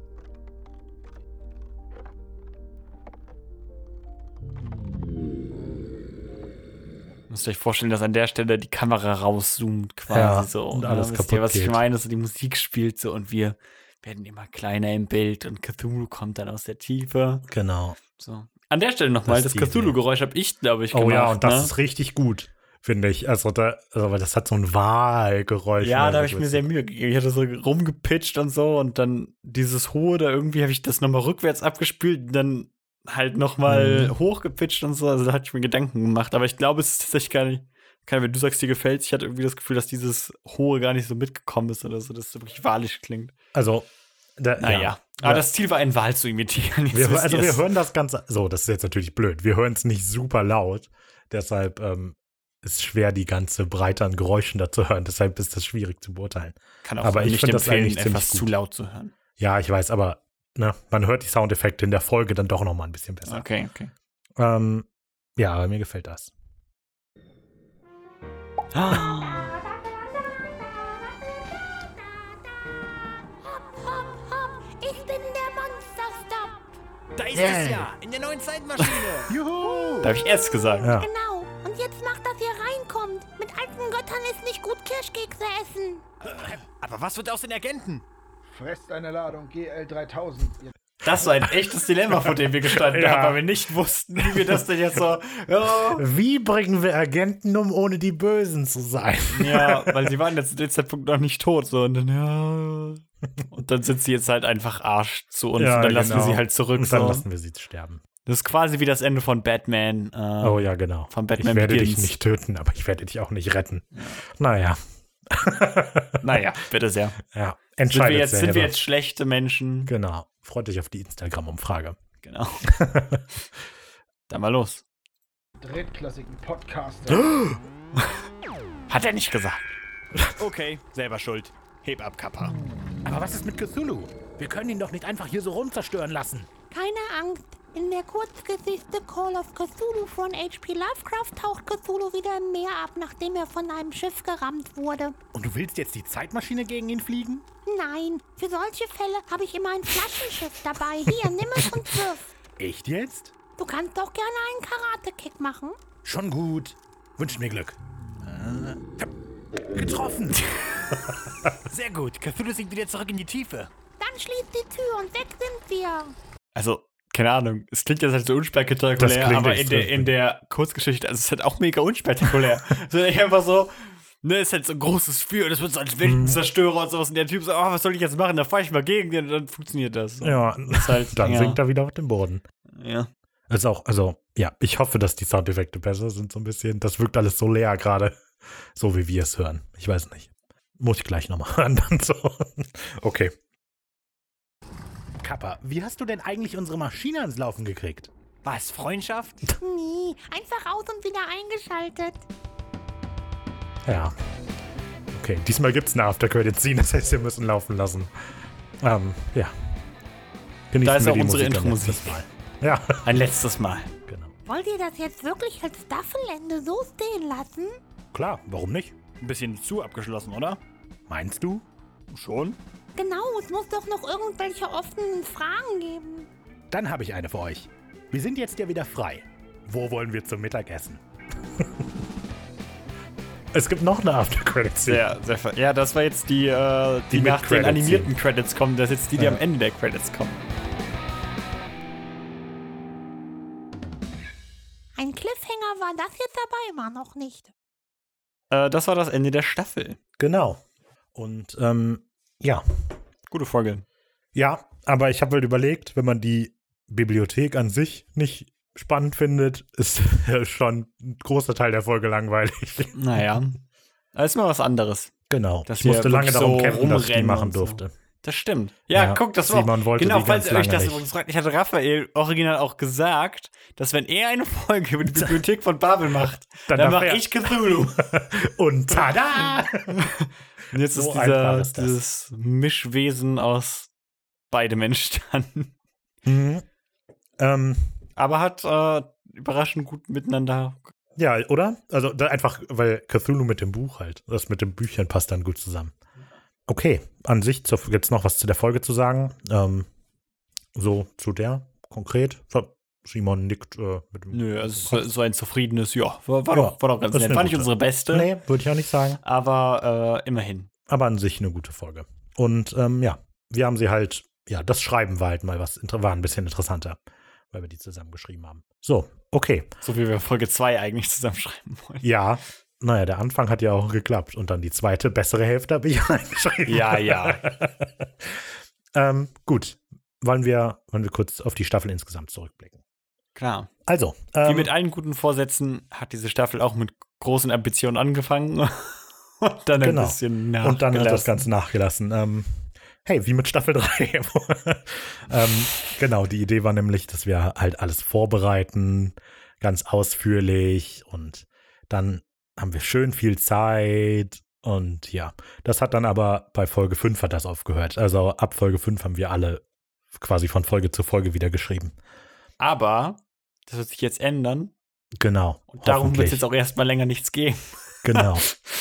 Speaker 1: Müsst ihr euch vorstellen, dass an der Stelle die Kamera rauszoomt quasi
Speaker 2: Ja,
Speaker 1: so.
Speaker 2: und
Speaker 1: ne?
Speaker 2: alles
Speaker 1: Wisst
Speaker 2: kaputt
Speaker 1: ihr, was ich
Speaker 2: geht.
Speaker 1: meine? So die Musik spielt so und wir werden immer kleiner im Bild und Cthulhu kommt dann aus der Tiefe.
Speaker 2: Genau.
Speaker 1: So. An der Stelle nochmal,
Speaker 2: Das
Speaker 1: das,
Speaker 2: ist die
Speaker 1: Cthulhu-Geräusch habe ich, glaube ich,
Speaker 2: Oh
Speaker 1: gemacht.
Speaker 2: ja, und das
Speaker 1: ne?
Speaker 2: ist richtig gut, finde ich. Also, da, also weil das hat so ein Wahlgeräusch.
Speaker 1: Ja,
Speaker 2: ne?
Speaker 1: da habe
Speaker 2: So
Speaker 1: ich mir
Speaker 2: ist-
Speaker 1: sehr Mühe gegeben. Ich hatte so rumgepitcht und so und dann dieses hohe da irgendwie habe ich das nochmal rückwärts abgespielt und dann halt nochmal hochgepitcht und so. Also da hatte ich mir Gedanken gemacht. Aber ich glaube, es ist tatsächlich gar nicht. Keine, wenn du sagst, dir gefällt ich hatte irgendwie das Gefühl, dass dieses hohe gar nicht so mitgekommen ist oder so, dass es wirklich wahlisch klingt.
Speaker 2: Also, da,
Speaker 1: Naja.
Speaker 2: ja.
Speaker 1: Aber
Speaker 2: Ja.
Speaker 1: das Ziel war, einen Wahl zu imitieren. Jetzt
Speaker 2: Wir,
Speaker 1: wisst
Speaker 2: also
Speaker 1: ihr
Speaker 2: wir
Speaker 1: es.
Speaker 2: hören das Ganze. So, das ist jetzt natürlich blöd. Wir hören es nicht super laut. Deshalb ähm, ist schwer, die ganze Breite an Geräuschen da zu hören. Deshalb ist das schwierig zu beurteilen.
Speaker 1: Kann auch
Speaker 2: aber ich
Speaker 1: nicht
Speaker 2: find das
Speaker 1: empfehlen,
Speaker 2: eigentlich ziemlich
Speaker 1: etwas
Speaker 2: gut.
Speaker 1: zu laut zu hören.
Speaker 2: Ja, ich weiß, aber ne, man hört die Soundeffekte in der Folge dann doch noch mal ein bisschen besser.
Speaker 1: Okay, okay.
Speaker 2: Ähm, ja, aber mir gefällt das.
Speaker 3: Hopp, hopp, hopp, ich bin der Monster-Stop.
Speaker 4: Da ist
Speaker 2: Yay.
Speaker 4: es ja! In der neuen Zeitmaschine!
Speaker 1: Da habe ich erst gesagt.
Speaker 2: Ja.
Speaker 3: Genau, und jetzt macht, dass ihr reinkommt. Mit alten Göttern ist nicht gut Kirschkekse essen.
Speaker 4: Aber was wird aus den Agenten?
Speaker 5: Fresst eine Ladung GL 3000.
Speaker 1: Das war ein echtes Dilemma, vor dem wir gestanden
Speaker 2: Ja.
Speaker 1: haben, weil wir nicht wussten, wie wir das denn jetzt so. Ja,
Speaker 2: Wie bringen wir Agenten um, ohne die Bösen zu sein?
Speaker 1: ja weil sie waren jetzt zu dem Zeitpunkt noch nicht tot, so und dann, ja. Und dann sind sie jetzt halt einfach Arsch zu uns und dann lassen wir
Speaker 2: genau.
Speaker 1: sie halt zurück.
Speaker 2: Und dann
Speaker 1: so.
Speaker 2: lassen wir sie sterben.
Speaker 1: Das ist quasi wie das Ende von Batman. äh,
Speaker 2: Oh ja, genau.
Speaker 1: Von Batman
Speaker 2: ich werde dich
Speaker 1: Begins.
Speaker 2: nicht töten, aber ich werde dich auch nicht retten. Naja.
Speaker 1: Naja, bitte sehr. Sind
Speaker 2: Ja,
Speaker 1: wir,
Speaker 2: entscheidet
Speaker 1: jetzt, sind
Speaker 2: selber.
Speaker 1: wir jetzt schlechte Menschen?
Speaker 2: Genau. Freut dich auf die Instagram-Umfrage.
Speaker 1: Genau. Dann mal los.
Speaker 5: Drittklassigen Podcaster.
Speaker 1: Hat er nicht gesagt.
Speaker 4: Okay, selber schuld. Heb ab, Kappa.
Speaker 2: Aber was ist mit Cthulhu? Wir können ihn doch nicht einfach hier so rumzerstören lassen.
Speaker 3: Keine Angst, in der Kurzgeschichte Call of Cthulhu von H.P. Lovecraft taucht Cthulhu wieder im Meer ab, nachdem er von einem Schiff gerammt wurde.
Speaker 2: Und du willst jetzt die Zeitmaschine gegen ihn fliegen?
Speaker 3: Nein, für solche Fälle habe ich immer ein Flaschenschiff dabei. Hier, nimm es und wirf.
Speaker 2: Echt jetzt?
Speaker 3: Du kannst doch gerne einen Karate-Kick machen.
Speaker 2: Schon gut. Wünsch mir Glück. Äh, Getroffen.
Speaker 4: Sehr gut. Cthulhu sinkt wieder zurück in die Tiefe.
Speaker 3: Dann schließt die Tür und weg sind wir.
Speaker 1: Also, keine Ahnung. Es klingt jetzt halt so
Speaker 2: Das
Speaker 1: unspektakulär,
Speaker 2: klingt
Speaker 1: aber in der,
Speaker 2: extrem.
Speaker 1: in der Kurzgeschichte, also es ist halt auch mega unspektakulär. so ich einfach so, ne, ist halt so ein großes Feuer, das wird so als Weltenzerstörer und sowas. Und der Typ so, ah, was soll ich jetzt machen? Da fahre ich mal gegen den und dann funktioniert das. So.
Speaker 2: Ja,
Speaker 1: Ist halt-
Speaker 2: dann
Speaker 1: ja.
Speaker 2: sinkt er wieder auf den Boden.
Speaker 1: Ja.
Speaker 2: Also auch, also, ja, ich hoffe, dass die Soundeffekte besser sind, so ein bisschen. Das wirkt alles so leer gerade. So wie wir es hören. Ich weiß nicht. Muss ich gleich nochmal hören, dann so. Okay. Kappa, wie hast du denn eigentlich unsere Maschine ans Laufen gekriegt?
Speaker 4: Was, Freundschaft?
Speaker 3: Nie, einfach aus und wieder eingeschaltet.
Speaker 2: Ja. Okay, diesmal gibt's eine Aftercredit-Scene, das heißt, wir müssen laufen lassen. Ähm, ja. Genießen
Speaker 1: Da ist
Speaker 2: wir
Speaker 1: auch
Speaker 2: die
Speaker 1: unsere
Speaker 2: Musik ein
Speaker 1: Intro-Musik.
Speaker 2: letztes Mal. Ja,
Speaker 1: Ein letztes Mal.
Speaker 2: genau.
Speaker 3: Wollt ihr das jetzt wirklich als Staffelende so stehen lassen?
Speaker 2: Klar, warum nicht?
Speaker 4: Ein bisschen zu abgeschlossen, oder?
Speaker 2: Meinst du?
Speaker 4: Schon?
Speaker 3: Genau, es muss doch noch irgendwelche offenen Fragen geben.
Speaker 2: Dann habe ich eine für euch. Wir sind jetzt ja wieder frei. Wo wollen wir zum Mittagessen? es gibt noch eine After-Credit-Szene.
Speaker 1: Sehr, sehr ver- Ja, das war jetzt die, äh, die,
Speaker 2: Die mit
Speaker 1: nach den
Speaker 2: Credits
Speaker 1: animierten Credits kommen. Das ist jetzt die, die am Ende der Credits kommen.
Speaker 3: Ein Cliffhanger war das jetzt dabei immer noch nicht.
Speaker 1: Äh, das war das Ende der Staffel.
Speaker 2: Genau. Und ähm, ja.
Speaker 1: Gute Folge.
Speaker 2: Ja, aber ich habe halt überlegt, wenn man die Bibliothek an sich nicht spannend findet, ist schon ein großer Teil der Folge langweilig.
Speaker 1: Naja. Aber ist mal was anderes.
Speaker 2: Genau.
Speaker 1: Dass
Speaker 2: ich
Speaker 1: wir
Speaker 2: musste lange
Speaker 1: wirklich
Speaker 2: darum
Speaker 1: so
Speaker 2: kämpfen, dass ich die
Speaker 1: rumrennen
Speaker 2: machen
Speaker 1: und so.
Speaker 2: durfte.
Speaker 1: Das stimmt. Ja,
Speaker 2: Ja,
Speaker 1: guck, das war.
Speaker 2: Simon wollte
Speaker 1: genau,
Speaker 2: die
Speaker 1: falls
Speaker 2: ganz
Speaker 1: ihr euch
Speaker 2: lange
Speaker 1: das
Speaker 2: nicht.
Speaker 1: übrigens fragt, ich hatte Raphael original auch gesagt, dass wenn er eine Folge über die Bibliothek von Babel macht,
Speaker 2: Dann
Speaker 1: dann,
Speaker 2: darf
Speaker 1: mache
Speaker 2: er.
Speaker 1: ich Cthulhu.
Speaker 2: Und tada!
Speaker 1: Und jetzt
Speaker 2: So
Speaker 1: ist,
Speaker 2: einfach
Speaker 1: dieser,
Speaker 2: ist das.
Speaker 1: dieses Mischwesen aus beidem entstanden.
Speaker 2: Mhm. ähm,
Speaker 1: Aber hat äh, überraschend gut miteinander.
Speaker 2: ja, oder? Also da einfach, weil Cthulhu mit dem Buch halt, das mit den Büchern passt dann gut zusammen. Okay, an sich gibt es noch was zu der Folge zu sagen. Ähm, so zu der konkret. Simon nickt äh, mit dem
Speaker 1: Nö, also so, so ein zufriedenes, ja, war, war,
Speaker 2: Ja,
Speaker 1: doch, war doch ganz
Speaker 2: ist
Speaker 1: nett.
Speaker 2: eine
Speaker 1: Fand ich
Speaker 2: gute.
Speaker 1: unsere beste,
Speaker 2: Nee, würde ich auch nicht sagen.
Speaker 1: aber äh, immerhin.
Speaker 2: aber an sich eine gute Folge. Und ähm, ja, wir haben sie halt, ja, das Schreiben war halt mal was, inter- war ein bisschen interessanter, weil wir die zusammen geschrieben haben. So, okay.
Speaker 1: So wie wir Folge 2 eigentlich zusammenschreiben wollen.
Speaker 2: Ja, naja, der Anfang hat ja auch geklappt und dann die zweite, bessere Hälfte habe ich reingeschrieben.
Speaker 1: Ja, ja.
Speaker 2: ähm, gut, wollen wir, wollen wir kurz auf die Staffel insgesamt zurückblicken.
Speaker 1: Klar.
Speaker 2: Also,
Speaker 1: Wie
Speaker 2: ähm,
Speaker 1: mit allen guten Vorsätzen hat diese Staffel auch mit großen Ambitionen angefangen und dann ein
Speaker 2: Genau.
Speaker 1: bisschen
Speaker 2: Und dann hat
Speaker 1: nachgelassen.
Speaker 2: das Ganze nachgelassen. Ähm, hey, wie mit Staffel 3. ähm, genau, die Idee war nämlich, dass wir halt alles vorbereiten, ganz ausführlich und dann haben wir schön viel Zeit und ja, das hat dann aber bei Folge 5 hat das aufgehört. Also ab Folge 5 haben wir alle quasi von Folge zu Folge wieder geschrieben.
Speaker 1: Aber das wird sich jetzt ändern
Speaker 2: Genau.
Speaker 1: und darum wird es
Speaker 2: hoffentlich.
Speaker 1: jetzt auch erstmal länger nichts geben.
Speaker 2: Genau.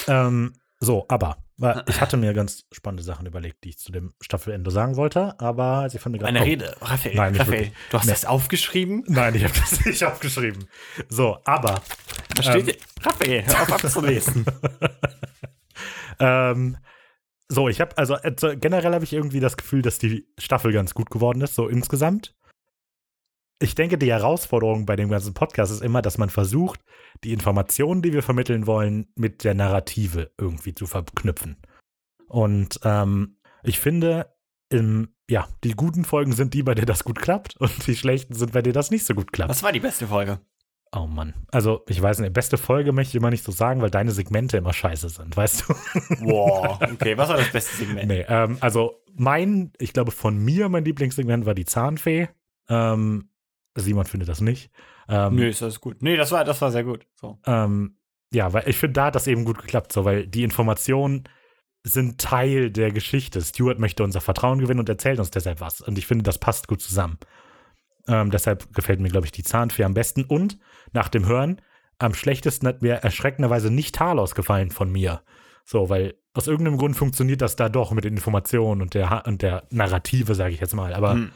Speaker 2: ähm, so, aber weil ich hatte mir ganz spannende Sachen überlegt, die ich zu dem Staffelende sagen wollte, aber sie fand mir gerade.
Speaker 1: Eine
Speaker 2: oh,
Speaker 1: Rede, Raphael.
Speaker 2: Nein, nicht
Speaker 1: Raphael,
Speaker 2: wirklich.
Speaker 1: du hast
Speaker 2: Nee.
Speaker 1: das aufgeschrieben?
Speaker 2: Nein, ich habe das nicht aufgeschrieben. So, aber ähm,
Speaker 1: Da steht Raphael, hör auf abzulesen.
Speaker 2: ähm, So, ich habe, also äh, so generell habe ich irgendwie das Gefühl, dass die Staffel ganz gut geworden ist, so insgesamt. Ich denke, die Herausforderung bei dem ganzen Podcast ist immer, dass man versucht, die Informationen, die wir vermitteln wollen, mit der Narrative irgendwie zu verknüpfen. Und ähm, ich finde, im, ja, die guten Folgen sind die, bei denen das gut klappt und die schlechten sind, bei denen das nicht so gut klappt.
Speaker 1: Was war die beste Folge?
Speaker 2: Oh Mann. Also, ich weiß nicht, beste Folge möchte ich immer nicht so sagen, weil deine Segmente immer scheiße sind, weißt du?
Speaker 1: Wow, okay, was war das beste Segment?
Speaker 2: Nee, ähm, also mein, ich glaube von mir mein Lieblingssegment war die Zahnfee. Ähm, Simon findet das nicht. Ähm,
Speaker 1: Nö, ist alles gut. Nee, das war, das war sehr gut. So.
Speaker 2: Ähm, ja, weil ich finde, da hat das eben gut geklappt, so, weil die Informationen sind Teil der Geschichte. Stuart möchte unser Vertrauen gewinnen und erzählt uns deshalb was. Und ich finde, das passt gut zusammen. Ähm, deshalb gefällt mir, glaube ich, die Zahnfee am besten. Und nach dem Hören, am schlechtesten hat mir erschreckenderweise nicht Talos gefallen von mir. So, weil aus irgendeinem Grund funktioniert das da doch mit den Informationen und der, Ha- und der Narrative, sage ich jetzt mal. Aber
Speaker 1: Hm.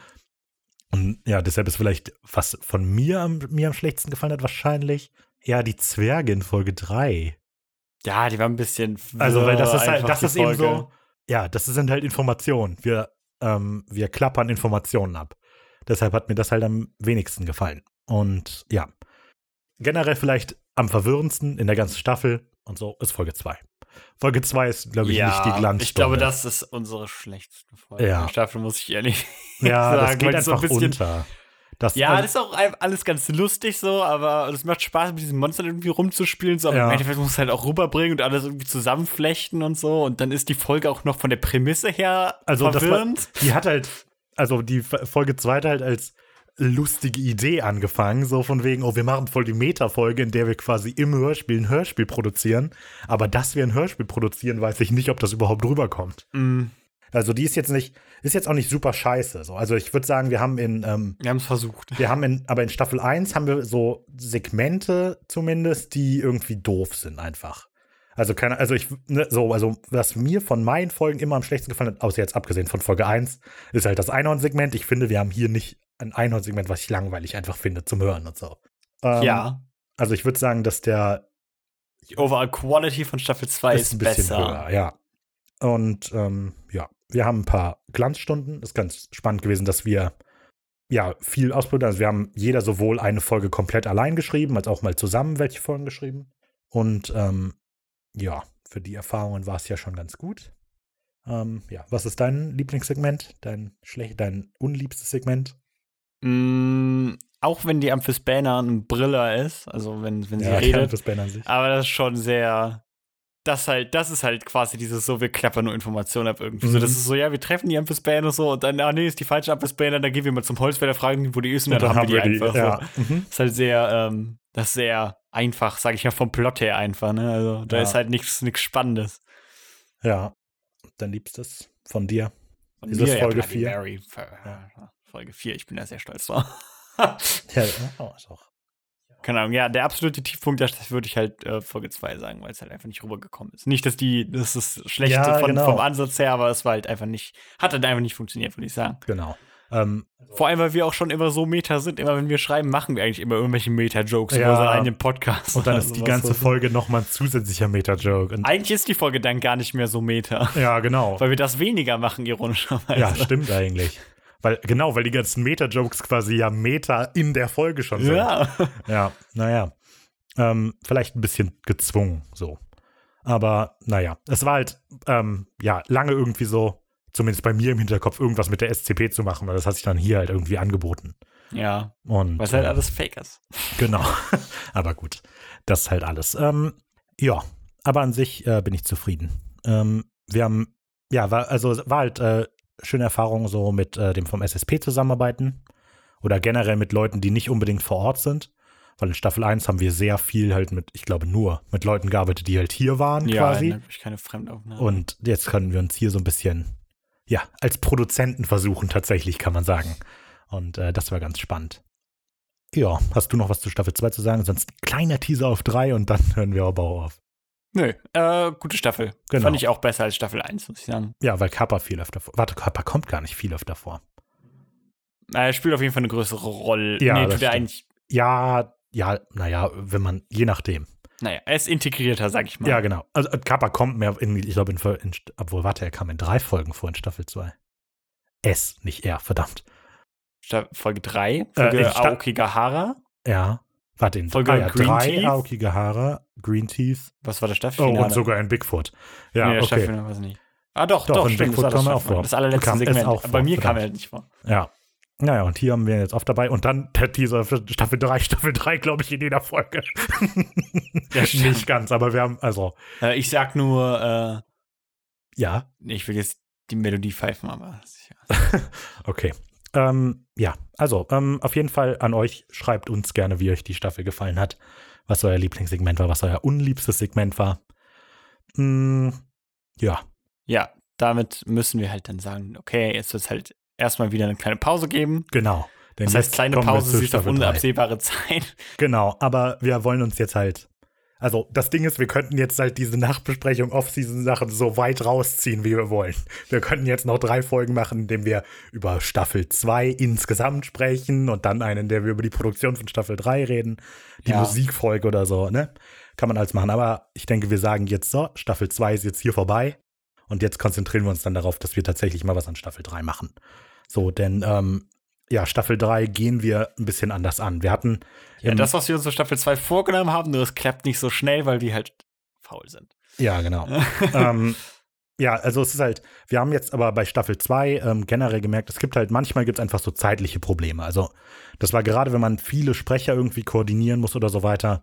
Speaker 2: und ja, deshalb ist vielleicht, was von mir am, mir am schlechtesten gefallen hat, wahrscheinlich ja die Zwerge in Folge 3.
Speaker 1: Ja, die war ein bisschen.
Speaker 2: Also, weil das
Speaker 1: wirr
Speaker 2: ist halt,
Speaker 1: einfach,
Speaker 2: das
Speaker 1: die
Speaker 2: ist eben
Speaker 1: Folge.
Speaker 2: so, ja, das sind halt Informationen. Wir, ähm, wir klappern Informationen ab. Deshalb hat mir das halt am wenigsten gefallen. Und ja, generell vielleicht am verwirrendsten in der ganzen Staffel und so ist Folge 2. Folge 2 ist, glaube ich,
Speaker 1: ja,
Speaker 2: nicht die Glanzstunde.
Speaker 1: Ich glaube, das ist unsere schlechteste Folge.
Speaker 2: Ja.
Speaker 1: der Staffel muss ich ehrlich
Speaker 2: ja,
Speaker 1: sagen.
Speaker 2: das geht
Speaker 1: weil es so ein
Speaker 2: einfach
Speaker 1: bisschen-
Speaker 2: unter. Das,
Speaker 1: Ja,
Speaker 2: also-
Speaker 1: das ist auch ein- alles ganz lustig so, aber es macht Spaß, mit diesen Monstern irgendwie rumzuspielen. So, aber
Speaker 2: Ja.
Speaker 1: im Endeffekt muss es halt auch rüberbringen und alles irgendwie zusammenflechten und so. Und dann ist die Folge auch noch von der Prämisse her
Speaker 2: also das war,
Speaker 1: verwirrend.
Speaker 2: die hat halt, also die F- Folge 2 hat halt als lustige Idee angefangen, so von wegen, oh, wir machen voll die Meta-Folge, in der wir quasi im Hörspiel ein Hörspiel produzieren. Aber dass wir ein Hörspiel produzieren, weiß ich nicht, ob das überhaupt rüberkommt.
Speaker 1: Mm,
Speaker 2: Also die ist jetzt nicht, ist jetzt auch nicht super scheiße. So. Also ich würde sagen, wir haben in, ähm,
Speaker 1: wir haben es versucht.
Speaker 2: wir haben in, aber in Staffel 1 haben wir so Segmente zumindest, die irgendwie doof sind einfach. Also keine, also ich, ne, so, also was mir von meinen Folgen immer am schlechtesten gefallen hat, außer jetzt abgesehen von Folge 1, ist halt das Einhorn-Segment. Ich finde, wir haben hier nicht ein Einhorn-Segment, was ich langweilig einfach finde zum Hören und so. Ähm,
Speaker 1: ja.
Speaker 2: Also ich würde sagen, dass der
Speaker 1: Die Overall Quality von Staffel 2 ist,
Speaker 2: ist ein bisschen
Speaker 1: besser.
Speaker 2: höher, ja. Und ähm, ja, wir haben ein paar Glanzstunden. Ist ganz spannend gewesen, dass wir ja viel ausprobiert haben. Also wir haben jeder sowohl eine Folge komplett allein geschrieben, als auch mal zusammen welche Folgen geschrieben. Und ähm, ja, für die Erfahrungen war es ja schon ganz gut. Ähm, ja, was ist dein Lieblingssegment? Dein schlecht, dein unliebstes Segment?
Speaker 1: Mm, auch wenn die Amphis Banner ein Briller ist, also wenn, wenn sie
Speaker 2: ja,
Speaker 1: redet. Ah,
Speaker 2: Campus Band an sich.
Speaker 1: Aber das ist schon sehr. Das halt, das ist halt quasi dieses so, wir klappern nur Informationen ab irgendwie. So,
Speaker 2: Mhm.
Speaker 1: das ist so, ja, wir treffen die Ampus und so und dann, ah nee, ist die falsche Ampus dann gehen wir mal zum Holzwerder fragen, wo die ist und, dann, haben wir die, einfach.
Speaker 2: ja.
Speaker 1: So.
Speaker 2: Mhm.
Speaker 1: Ist halt sehr, ähm, das ist sehr einfach, sag ich mal, vom Plot her einfach, ne? Also da
Speaker 2: Ja.
Speaker 1: ist halt nichts nichts Spannendes.
Speaker 2: ja. Dein liebstes von dir.
Speaker 1: Von
Speaker 2: Ist das
Speaker 1: mir,
Speaker 2: Folge
Speaker 1: Bloody
Speaker 2: vier?
Speaker 1: Mary, Fe- Folge 4, ich bin da sehr stolz drauf.
Speaker 2: Ja, oh, ist auch.
Speaker 1: Keine Ahnung, ja, der absolute Tiefpunkt, das- das würde ich halt äh, Folge 2 sagen, weil es halt einfach nicht rübergekommen ist. Nicht, dass die, das ist schlecht
Speaker 2: Ja,
Speaker 1: von,
Speaker 2: genau.
Speaker 1: vom Ansatz her, aber es war halt einfach nicht, hat halt einfach nicht funktioniert, würde ich sagen.
Speaker 2: Genau. Ähm,
Speaker 1: Vor allem, weil wir auch schon immer so Meta sind. Immer wenn wir schreiben, machen wir eigentlich immer irgendwelche Meta-Jokes
Speaker 2: Ja.
Speaker 1: über unseren eigenen Podcast.
Speaker 2: Und dann
Speaker 1: oder
Speaker 2: ist die
Speaker 1: sowas.
Speaker 2: ganze Folge nochmal ein zusätzlicher Meta-Joke. Und-
Speaker 1: Eigentlich ist die Folge dann gar nicht mehr so Meta.
Speaker 2: Ja, genau.
Speaker 1: Weil wir das weniger machen, ironischerweise.
Speaker 2: Ja, stimmt eigentlich. Weil, genau, weil die ganzen Meta-Jokes quasi ja Meta in der Folge schon sind.
Speaker 1: Ja.
Speaker 2: ja naja. Ähm, vielleicht ein bisschen gezwungen, so. Aber naja, es war halt, ähm, ja, lange irgendwie so, zumindest bei mir im Hinterkopf, irgendwas mit der SCP zu machen, weil das hat sich dann hier halt irgendwie angeboten.
Speaker 1: Ja.
Speaker 2: Und,
Speaker 1: Was halt
Speaker 2: äh,
Speaker 1: alles Fake ist.
Speaker 2: Genau. aber gut, das ist halt alles. Ähm, ja, aber an sich äh, bin ich zufrieden. Ähm, wir haben, ja, war, also es war halt äh, schöne Erfahrung so mit äh, dem vom SSP zusammenarbeiten oder generell mit Leuten, die nicht unbedingt vor Ort sind. Weil in Staffel 1 haben wir sehr viel halt mit, ich glaube nur, mit Leuten gearbeitet, die halt hier waren quasi.
Speaker 4: ne,
Speaker 1: Ja, ich keine Fremdaufnahme.
Speaker 2: Und jetzt können wir uns hier so ein bisschen, ja, als Produzenten versuchen, tatsächlich, kann man sagen. Und äh, das war ganz spannend. Ja, hast du noch was zu Staffel 2 zu sagen? Sonst ein kleiner Teaser auf 3 und dann hören wir aber auch auf.
Speaker 1: Nö, äh, gute Staffel.
Speaker 2: Genau.
Speaker 1: Fand ich auch besser als Staffel 1, muss ich sagen.
Speaker 2: Ja, weil Kappa viel öfter vor. Warte, Kappa kommt gar nicht viel öfter vor.
Speaker 1: Äh, spielt auf jeden Fall eine größere Rolle.
Speaker 2: Ja,
Speaker 1: nee,
Speaker 2: das
Speaker 1: tut er
Speaker 2: stimmt.
Speaker 1: eigentlich.
Speaker 2: Ja, ja, naja, wenn man, je nachdem.
Speaker 4: Naja, er ist integrierter, sag ich mal.
Speaker 2: Ja, genau. Also äh, Kappa kommt mehr, in, ich glaube, in, Fol- in, St- obwohl, warte, er kam in drei Folgen vor in Staffel 2. Es, nicht er, verdammt.
Speaker 4: Sta- Folge 3, Folge
Speaker 2: in Äh, Sta-
Speaker 4: Aokigahara.
Speaker 2: Ja. Warte, in
Speaker 4: Folge Green Teeth?
Speaker 2: drei Aokigahara, Ah, Green Teeth
Speaker 4: Was war
Speaker 2: oh,
Speaker 4: das Staffelfinale?
Speaker 2: und sogar in Bigfoot. Ja,
Speaker 4: nee, das
Speaker 2: okay.
Speaker 4: Staffelfinale weiß ich nicht. Ah, doch,
Speaker 2: Doch,
Speaker 4: doch,
Speaker 2: in
Speaker 4: stimmt, das
Speaker 2: Bigfoot
Speaker 4: war das,
Speaker 2: kam er auch
Speaker 4: Staffelfinale.
Speaker 2: vor.
Speaker 4: das allerletzte
Speaker 2: Kam es
Speaker 4: Segment.
Speaker 2: auch
Speaker 4: Aber
Speaker 2: vor, genau.
Speaker 4: bei mir kam
Speaker 2: verdammt.
Speaker 4: er halt nicht vor.
Speaker 2: Ja. Naja, und hier haben wir jetzt oft dabei. Und dann der Teaser für Staffel 3, Staffel 3, glaube ich, in jeder Folge.
Speaker 4: Ja, stimmt.
Speaker 2: Nicht ganz, aber wir haben, also,
Speaker 4: Äh, ich sag nur,
Speaker 2: ja,
Speaker 4: äh, ich will jetzt die Melodie pfeifen, aber sicher.
Speaker 2: okay. Ähm, ja, also, ähm, auf jeden Fall an euch, schreibt uns gerne, wie euch die Staffel gefallen hat, was euer Lieblingssegment war, was euer unliebstes Segment war. Mm, ja,
Speaker 4: Ja, damit müssen wir halt dann sagen, okay, jetzt wird es halt erstmal wieder eine kleine Pause geben.
Speaker 2: genau. Denn
Speaker 4: Das heißt,
Speaker 2: jetzt
Speaker 4: kleine
Speaker 2: kommen wir
Speaker 4: Pause
Speaker 2: zu
Speaker 4: sie ist auf
Speaker 2: Staffel drei.
Speaker 4: unabsehbare Zeit.
Speaker 2: Genau, aber wir wollen uns jetzt halt. Also, das Ding ist, wir könnten jetzt halt diese Nachbesprechung Off-Season-Sachen so weit rausziehen, wie wir wollen. Wir könnten jetzt noch drei Folgen machen, indem wir über Staffel 2 insgesamt sprechen und dann eine, in der wir über die Produktion von Staffel 3 reden, die
Speaker 4: Ja.
Speaker 2: Musikfolge oder so, ne? Kann man alles machen. Aber ich denke, wir sagen jetzt so, Staffel 2 ist jetzt hier vorbei und jetzt konzentrieren wir uns dann darauf, dass wir tatsächlich mal was an Staffel 3 machen. So, denn, ähm, ja, Staffel 3 gehen wir ein bisschen anders an. Wir hatten
Speaker 4: Ja,
Speaker 2: im-
Speaker 4: das, was wir uns zur Staffel 2 vorgenommen haben, nur es klappt nicht so schnell, weil wir halt faul sind.
Speaker 2: Ja, genau. ähm, ja, also es ist halt, wir haben jetzt aber bei Staffel 2 ähm, generell gemerkt, es gibt halt, manchmal gibt es einfach so zeitliche Probleme. Also das war gerade, wenn man viele Sprecher irgendwie koordinieren muss oder so weiter,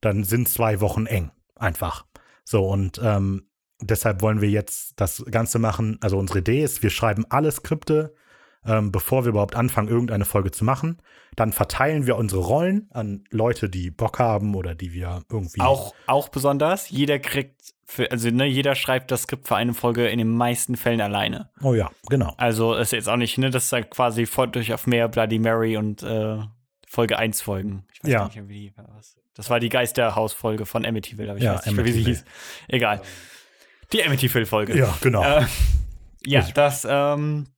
Speaker 2: dann sind zwei Wochen eng, einfach. So, und ähm, deshalb wollen wir jetzt das Ganze machen. Also unsere Idee ist, wir schreiben alle Skripte, ähm, bevor wir überhaupt anfangen, irgendeine Folge zu machen. Dann verteilen wir unsere Rollen an Leute, die Bock haben oder die wir irgendwie
Speaker 4: Auch, auch besonders, jeder kriegt, für, also ne, jeder schreibt das Skript für eine Folge in den meisten Fällen alleine.
Speaker 2: Oh ja, genau.
Speaker 4: Also ist jetzt auch nicht, ne, das ist halt quasi voll durch auf mehr Bloody Mary und äh, Folge 1 Folgen. Ich
Speaker 2: Ja.
Speaker 4: nicht, wie die war. was- Das war die Geisterhausfolge von Amityville, aber ich
Speaker 2: Ja,
Speaker 4: weiß nicht, mehr, wie sie hieß.
Speaker 2: Amityville.
Speaker 4: Egal. Die Amityville-Folge.
Speaker 2: Ja, genau.
Speaker 4: Äh, ja, das ähm,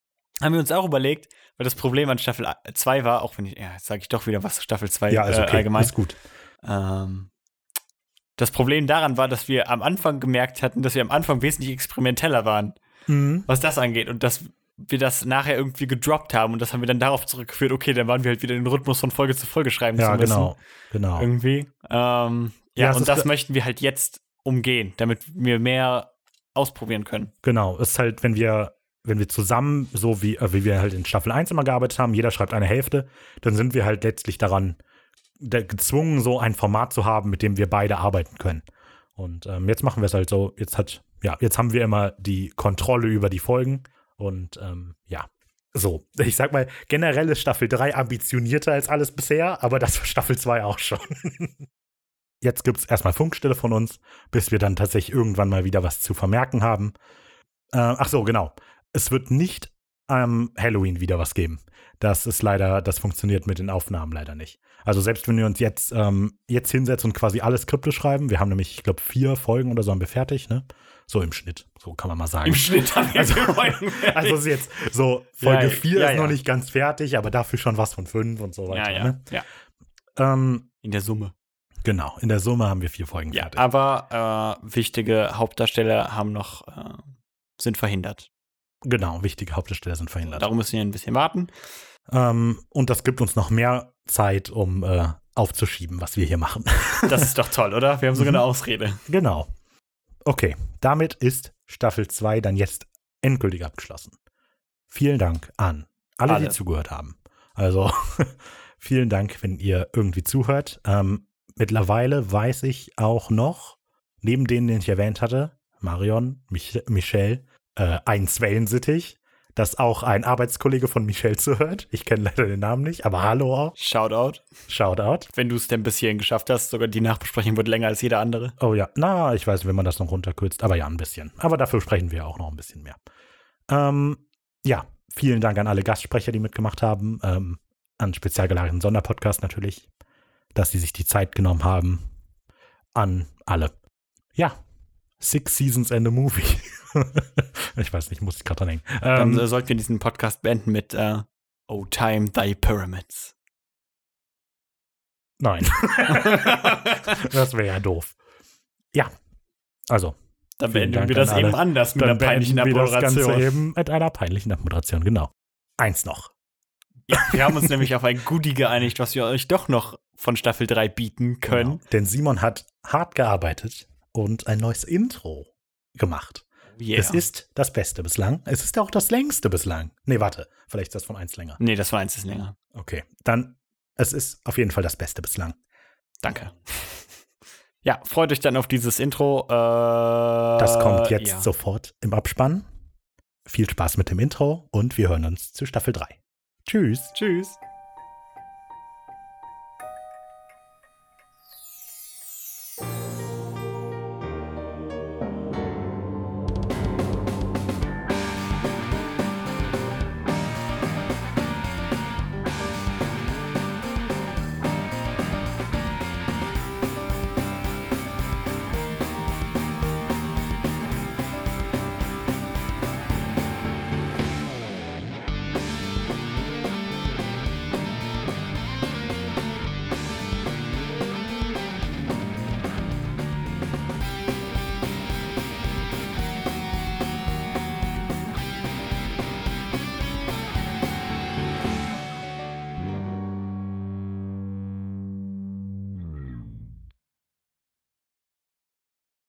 Speaker 4: haben wir uns auch überlegt, weil das Problem an Staffel 2 war, auch wenn ich, ja, jetzt sage ich doch wieder was zu Staffel 2
Speaker 2: ja, ist
Speaker 4: äh,
Speaker 2: okay.
Speaker 4: allgemein.
Speaker 2: Ist gut.
Speaker 4: Ähm, das Problem daran war, dass wir am Anfang gemerkt hatten, dass wir am Anfang wesentlich experimenteller waren, was das angeht. Und dass wir das nachher irgendwie gedroppt haben. Und das haben wir dann darauf zurückgeführt, okay, dann waren wir halt wieder den Rhythmus von Folge zu Folge schreiben
Speaker 2: Ja,
Speaker 4: zu müssen.
Speaker 2: genau. genau.
Speaker 4: Irgendwie. Ähm,
Speaker 2: Ja,
Speaker 4: ja,
Speaker 2: es ist
Speaker 4: und das
Speaker 2: ge-
Speaker 4: möchten wir halt jetzt umgehen, damit wir mehr ausprobieren können.
Speaker 2: Genau. Ist halt, wenn wir, wenn wir zusammen, so wie, äh, wie wir halt in Staffel 1 immer gearbeitet haben, jeder schreibt eine Hälfte, dann sind wir halt letztlich daran da, gezwungen, so ein Format zu haben, mit dem wir beide arbeiten können. Und ähm, jetzt machen wir es halt so, jetzt hat, ja, jetzt haben wir immer die Kontrolle über die Folgen. Und ähm, ja. So, ich sag mal, generell ist Staffel 3 ambitionierter als alles bisher, aber das war Staffel 2 auch schon. Jetzt gibt es erstmal Funkstille von uns, bis wir dann tatsächlich irgendwann mal wieder was zu vermerken haben. Äh, ach so, genau. Es wird nicht am Halloween wieder was geben. Das ist leider, das funktioniert mit den Aufnahmen leider nicht. Also selbst wenn wir uns jetzt, ähm, jetzt hinsetzen und quasi alle Skripte schreiben, wir haben nämlich, ich glaube, vier Folgen oder so haben wir fertig, ne? So im Schnitt, so kann man mal sagen.
Speaker 4: Im Schnitt haben wir
Speaker 2: Also-
Speaker 4: gewonnen.
Speaker 2: Also ist jetzt so, Folge
Speaker 4: Ja,
Speaker 2: 4
Speaker 4: ja,
Speaker 2: ist
Speaker 4: ja.
Speaker 2: noch nicht ganz fertig, aber dafür schon was von 5 und so
Speaker 4: ja,
Speaker 2: weiter.
Speaker 4: ja,
Speaker 2: Ne?
Speaker 4: ja.
Speaker 2: Ähm,
Speaker 4: In der Summe.
Speaker 2: genau, in der Summe haben wir vier Folgen
Speaker 4: Ja,
Speaker 2: fertig.
Speaker 4: aber äh, wichtige Hauptdarsteller haben noch, äh, sind verhindert.
Speaker 2: Genau, wichtige Hauptdarsteller sind verhindert.
Speaker 4: Darum müssen wir ein bisschen warten.
Speaker 2: Ähm, und das gibt uns noch mehr Zeit, um äh, aufzuschieben, was wir hier machen.
Speaker 4: Das ist doch toll, oder? Wir haben sogar eine Ausrede.
Speaker 2: genau. Okay, damit ist Staffel 2 dann jetzt endgültig abgeschlossen. Vielen Dank an alle,
Speaker 4: Alle.
Speaker 2: die zugehört haben. Also vielen Dank, wenn ihr irgendwie zuhört. Ähm, mittlerweile weiß ich auch noch, neben denen, den ich erwähnt hatte, Marion, Mich Michelle, äh, ein Zwellensittich, dass auch ein Arbeitskollege von Michelle zuhört. Ich kenne leider den Namen nicht, aber hallo auch.
Speaker 4: Shoutout.
Speaker 2: Shoutout.
Speaker 4: Wenn du es denn bis hierhin geschafft hast, sogar die Nachbesprechung wird länger als jeder andere.
Speaker 2: Oh ja, na, ich weiß, wenn man das noch runterkürzt, aber ja, ein bisschen. Aber dafür sprechen wir auch noch ein bisschen mehr. Ähm, ja, vielen Dank an alle Gastsprecher, die mitgemacht haben, ähm, an spezialgeladenen Sonderpodcast natürlich, dass sie sich die Zeit genommen haben, an alle. Ja, Six Seasons and a Movie. ich weiß nicht, muss ich gerade dran denken.
Speaker 4: Dann
Speaker 2: Ähm,
Speaker 4: äh, sollten wir diesen Podcast beenden mit äh, Oh Time Thy Pyramids.
Speaker 2: nein, das wäre ja doof. Ja. Also.
Speaker 4: Dann
Speaker 2: vielen
Speaker 4: beenden
Speaker 2: Dank
Speaker 4: wir das
Speaker 2: an alle.
Speaker 4: eben anders mit
Speaker 2: Dann
Speaker 4: einer peinlichen
Speaker 2: beenden wir Das Ganze
Speaker 4: Abmoderation.
Speaker 2: eben mit einer peinlichen Abmoderation, genau. Eins noch.
Speaker 4: Ja, wir haben uns nämlich auf ein Goodie geeinigt, was wir euch doch noch von Staffel 3 bieten können.
Speaker 2: Genau. Denn Simon hat hart gearbeitet und ein neues Intro gemacht.
Speaker 4: Yeah.
Speaker 2: Es ist das Beste bislang. Es ist auch das längste bislang. Nee, warte. Vielleicht ist das von eins länger.
Speaker 4: Nee, das war eins ist länger.
Speaker 2: Okay. Dann, es ist auf jeden Fall das Beste bislang.
Speaker 4: Danke. Ja, freut euch dann auf dieses Intro. Äh,
Speaker 2: Das kommt jetzt
Speaker 4: ja.
Speaker 2: sofort im Abspann. Viel Spaß mit dem Intro und wir hören uns zu Staffel 3. Tschüss.
Speaker 4: Tschüss.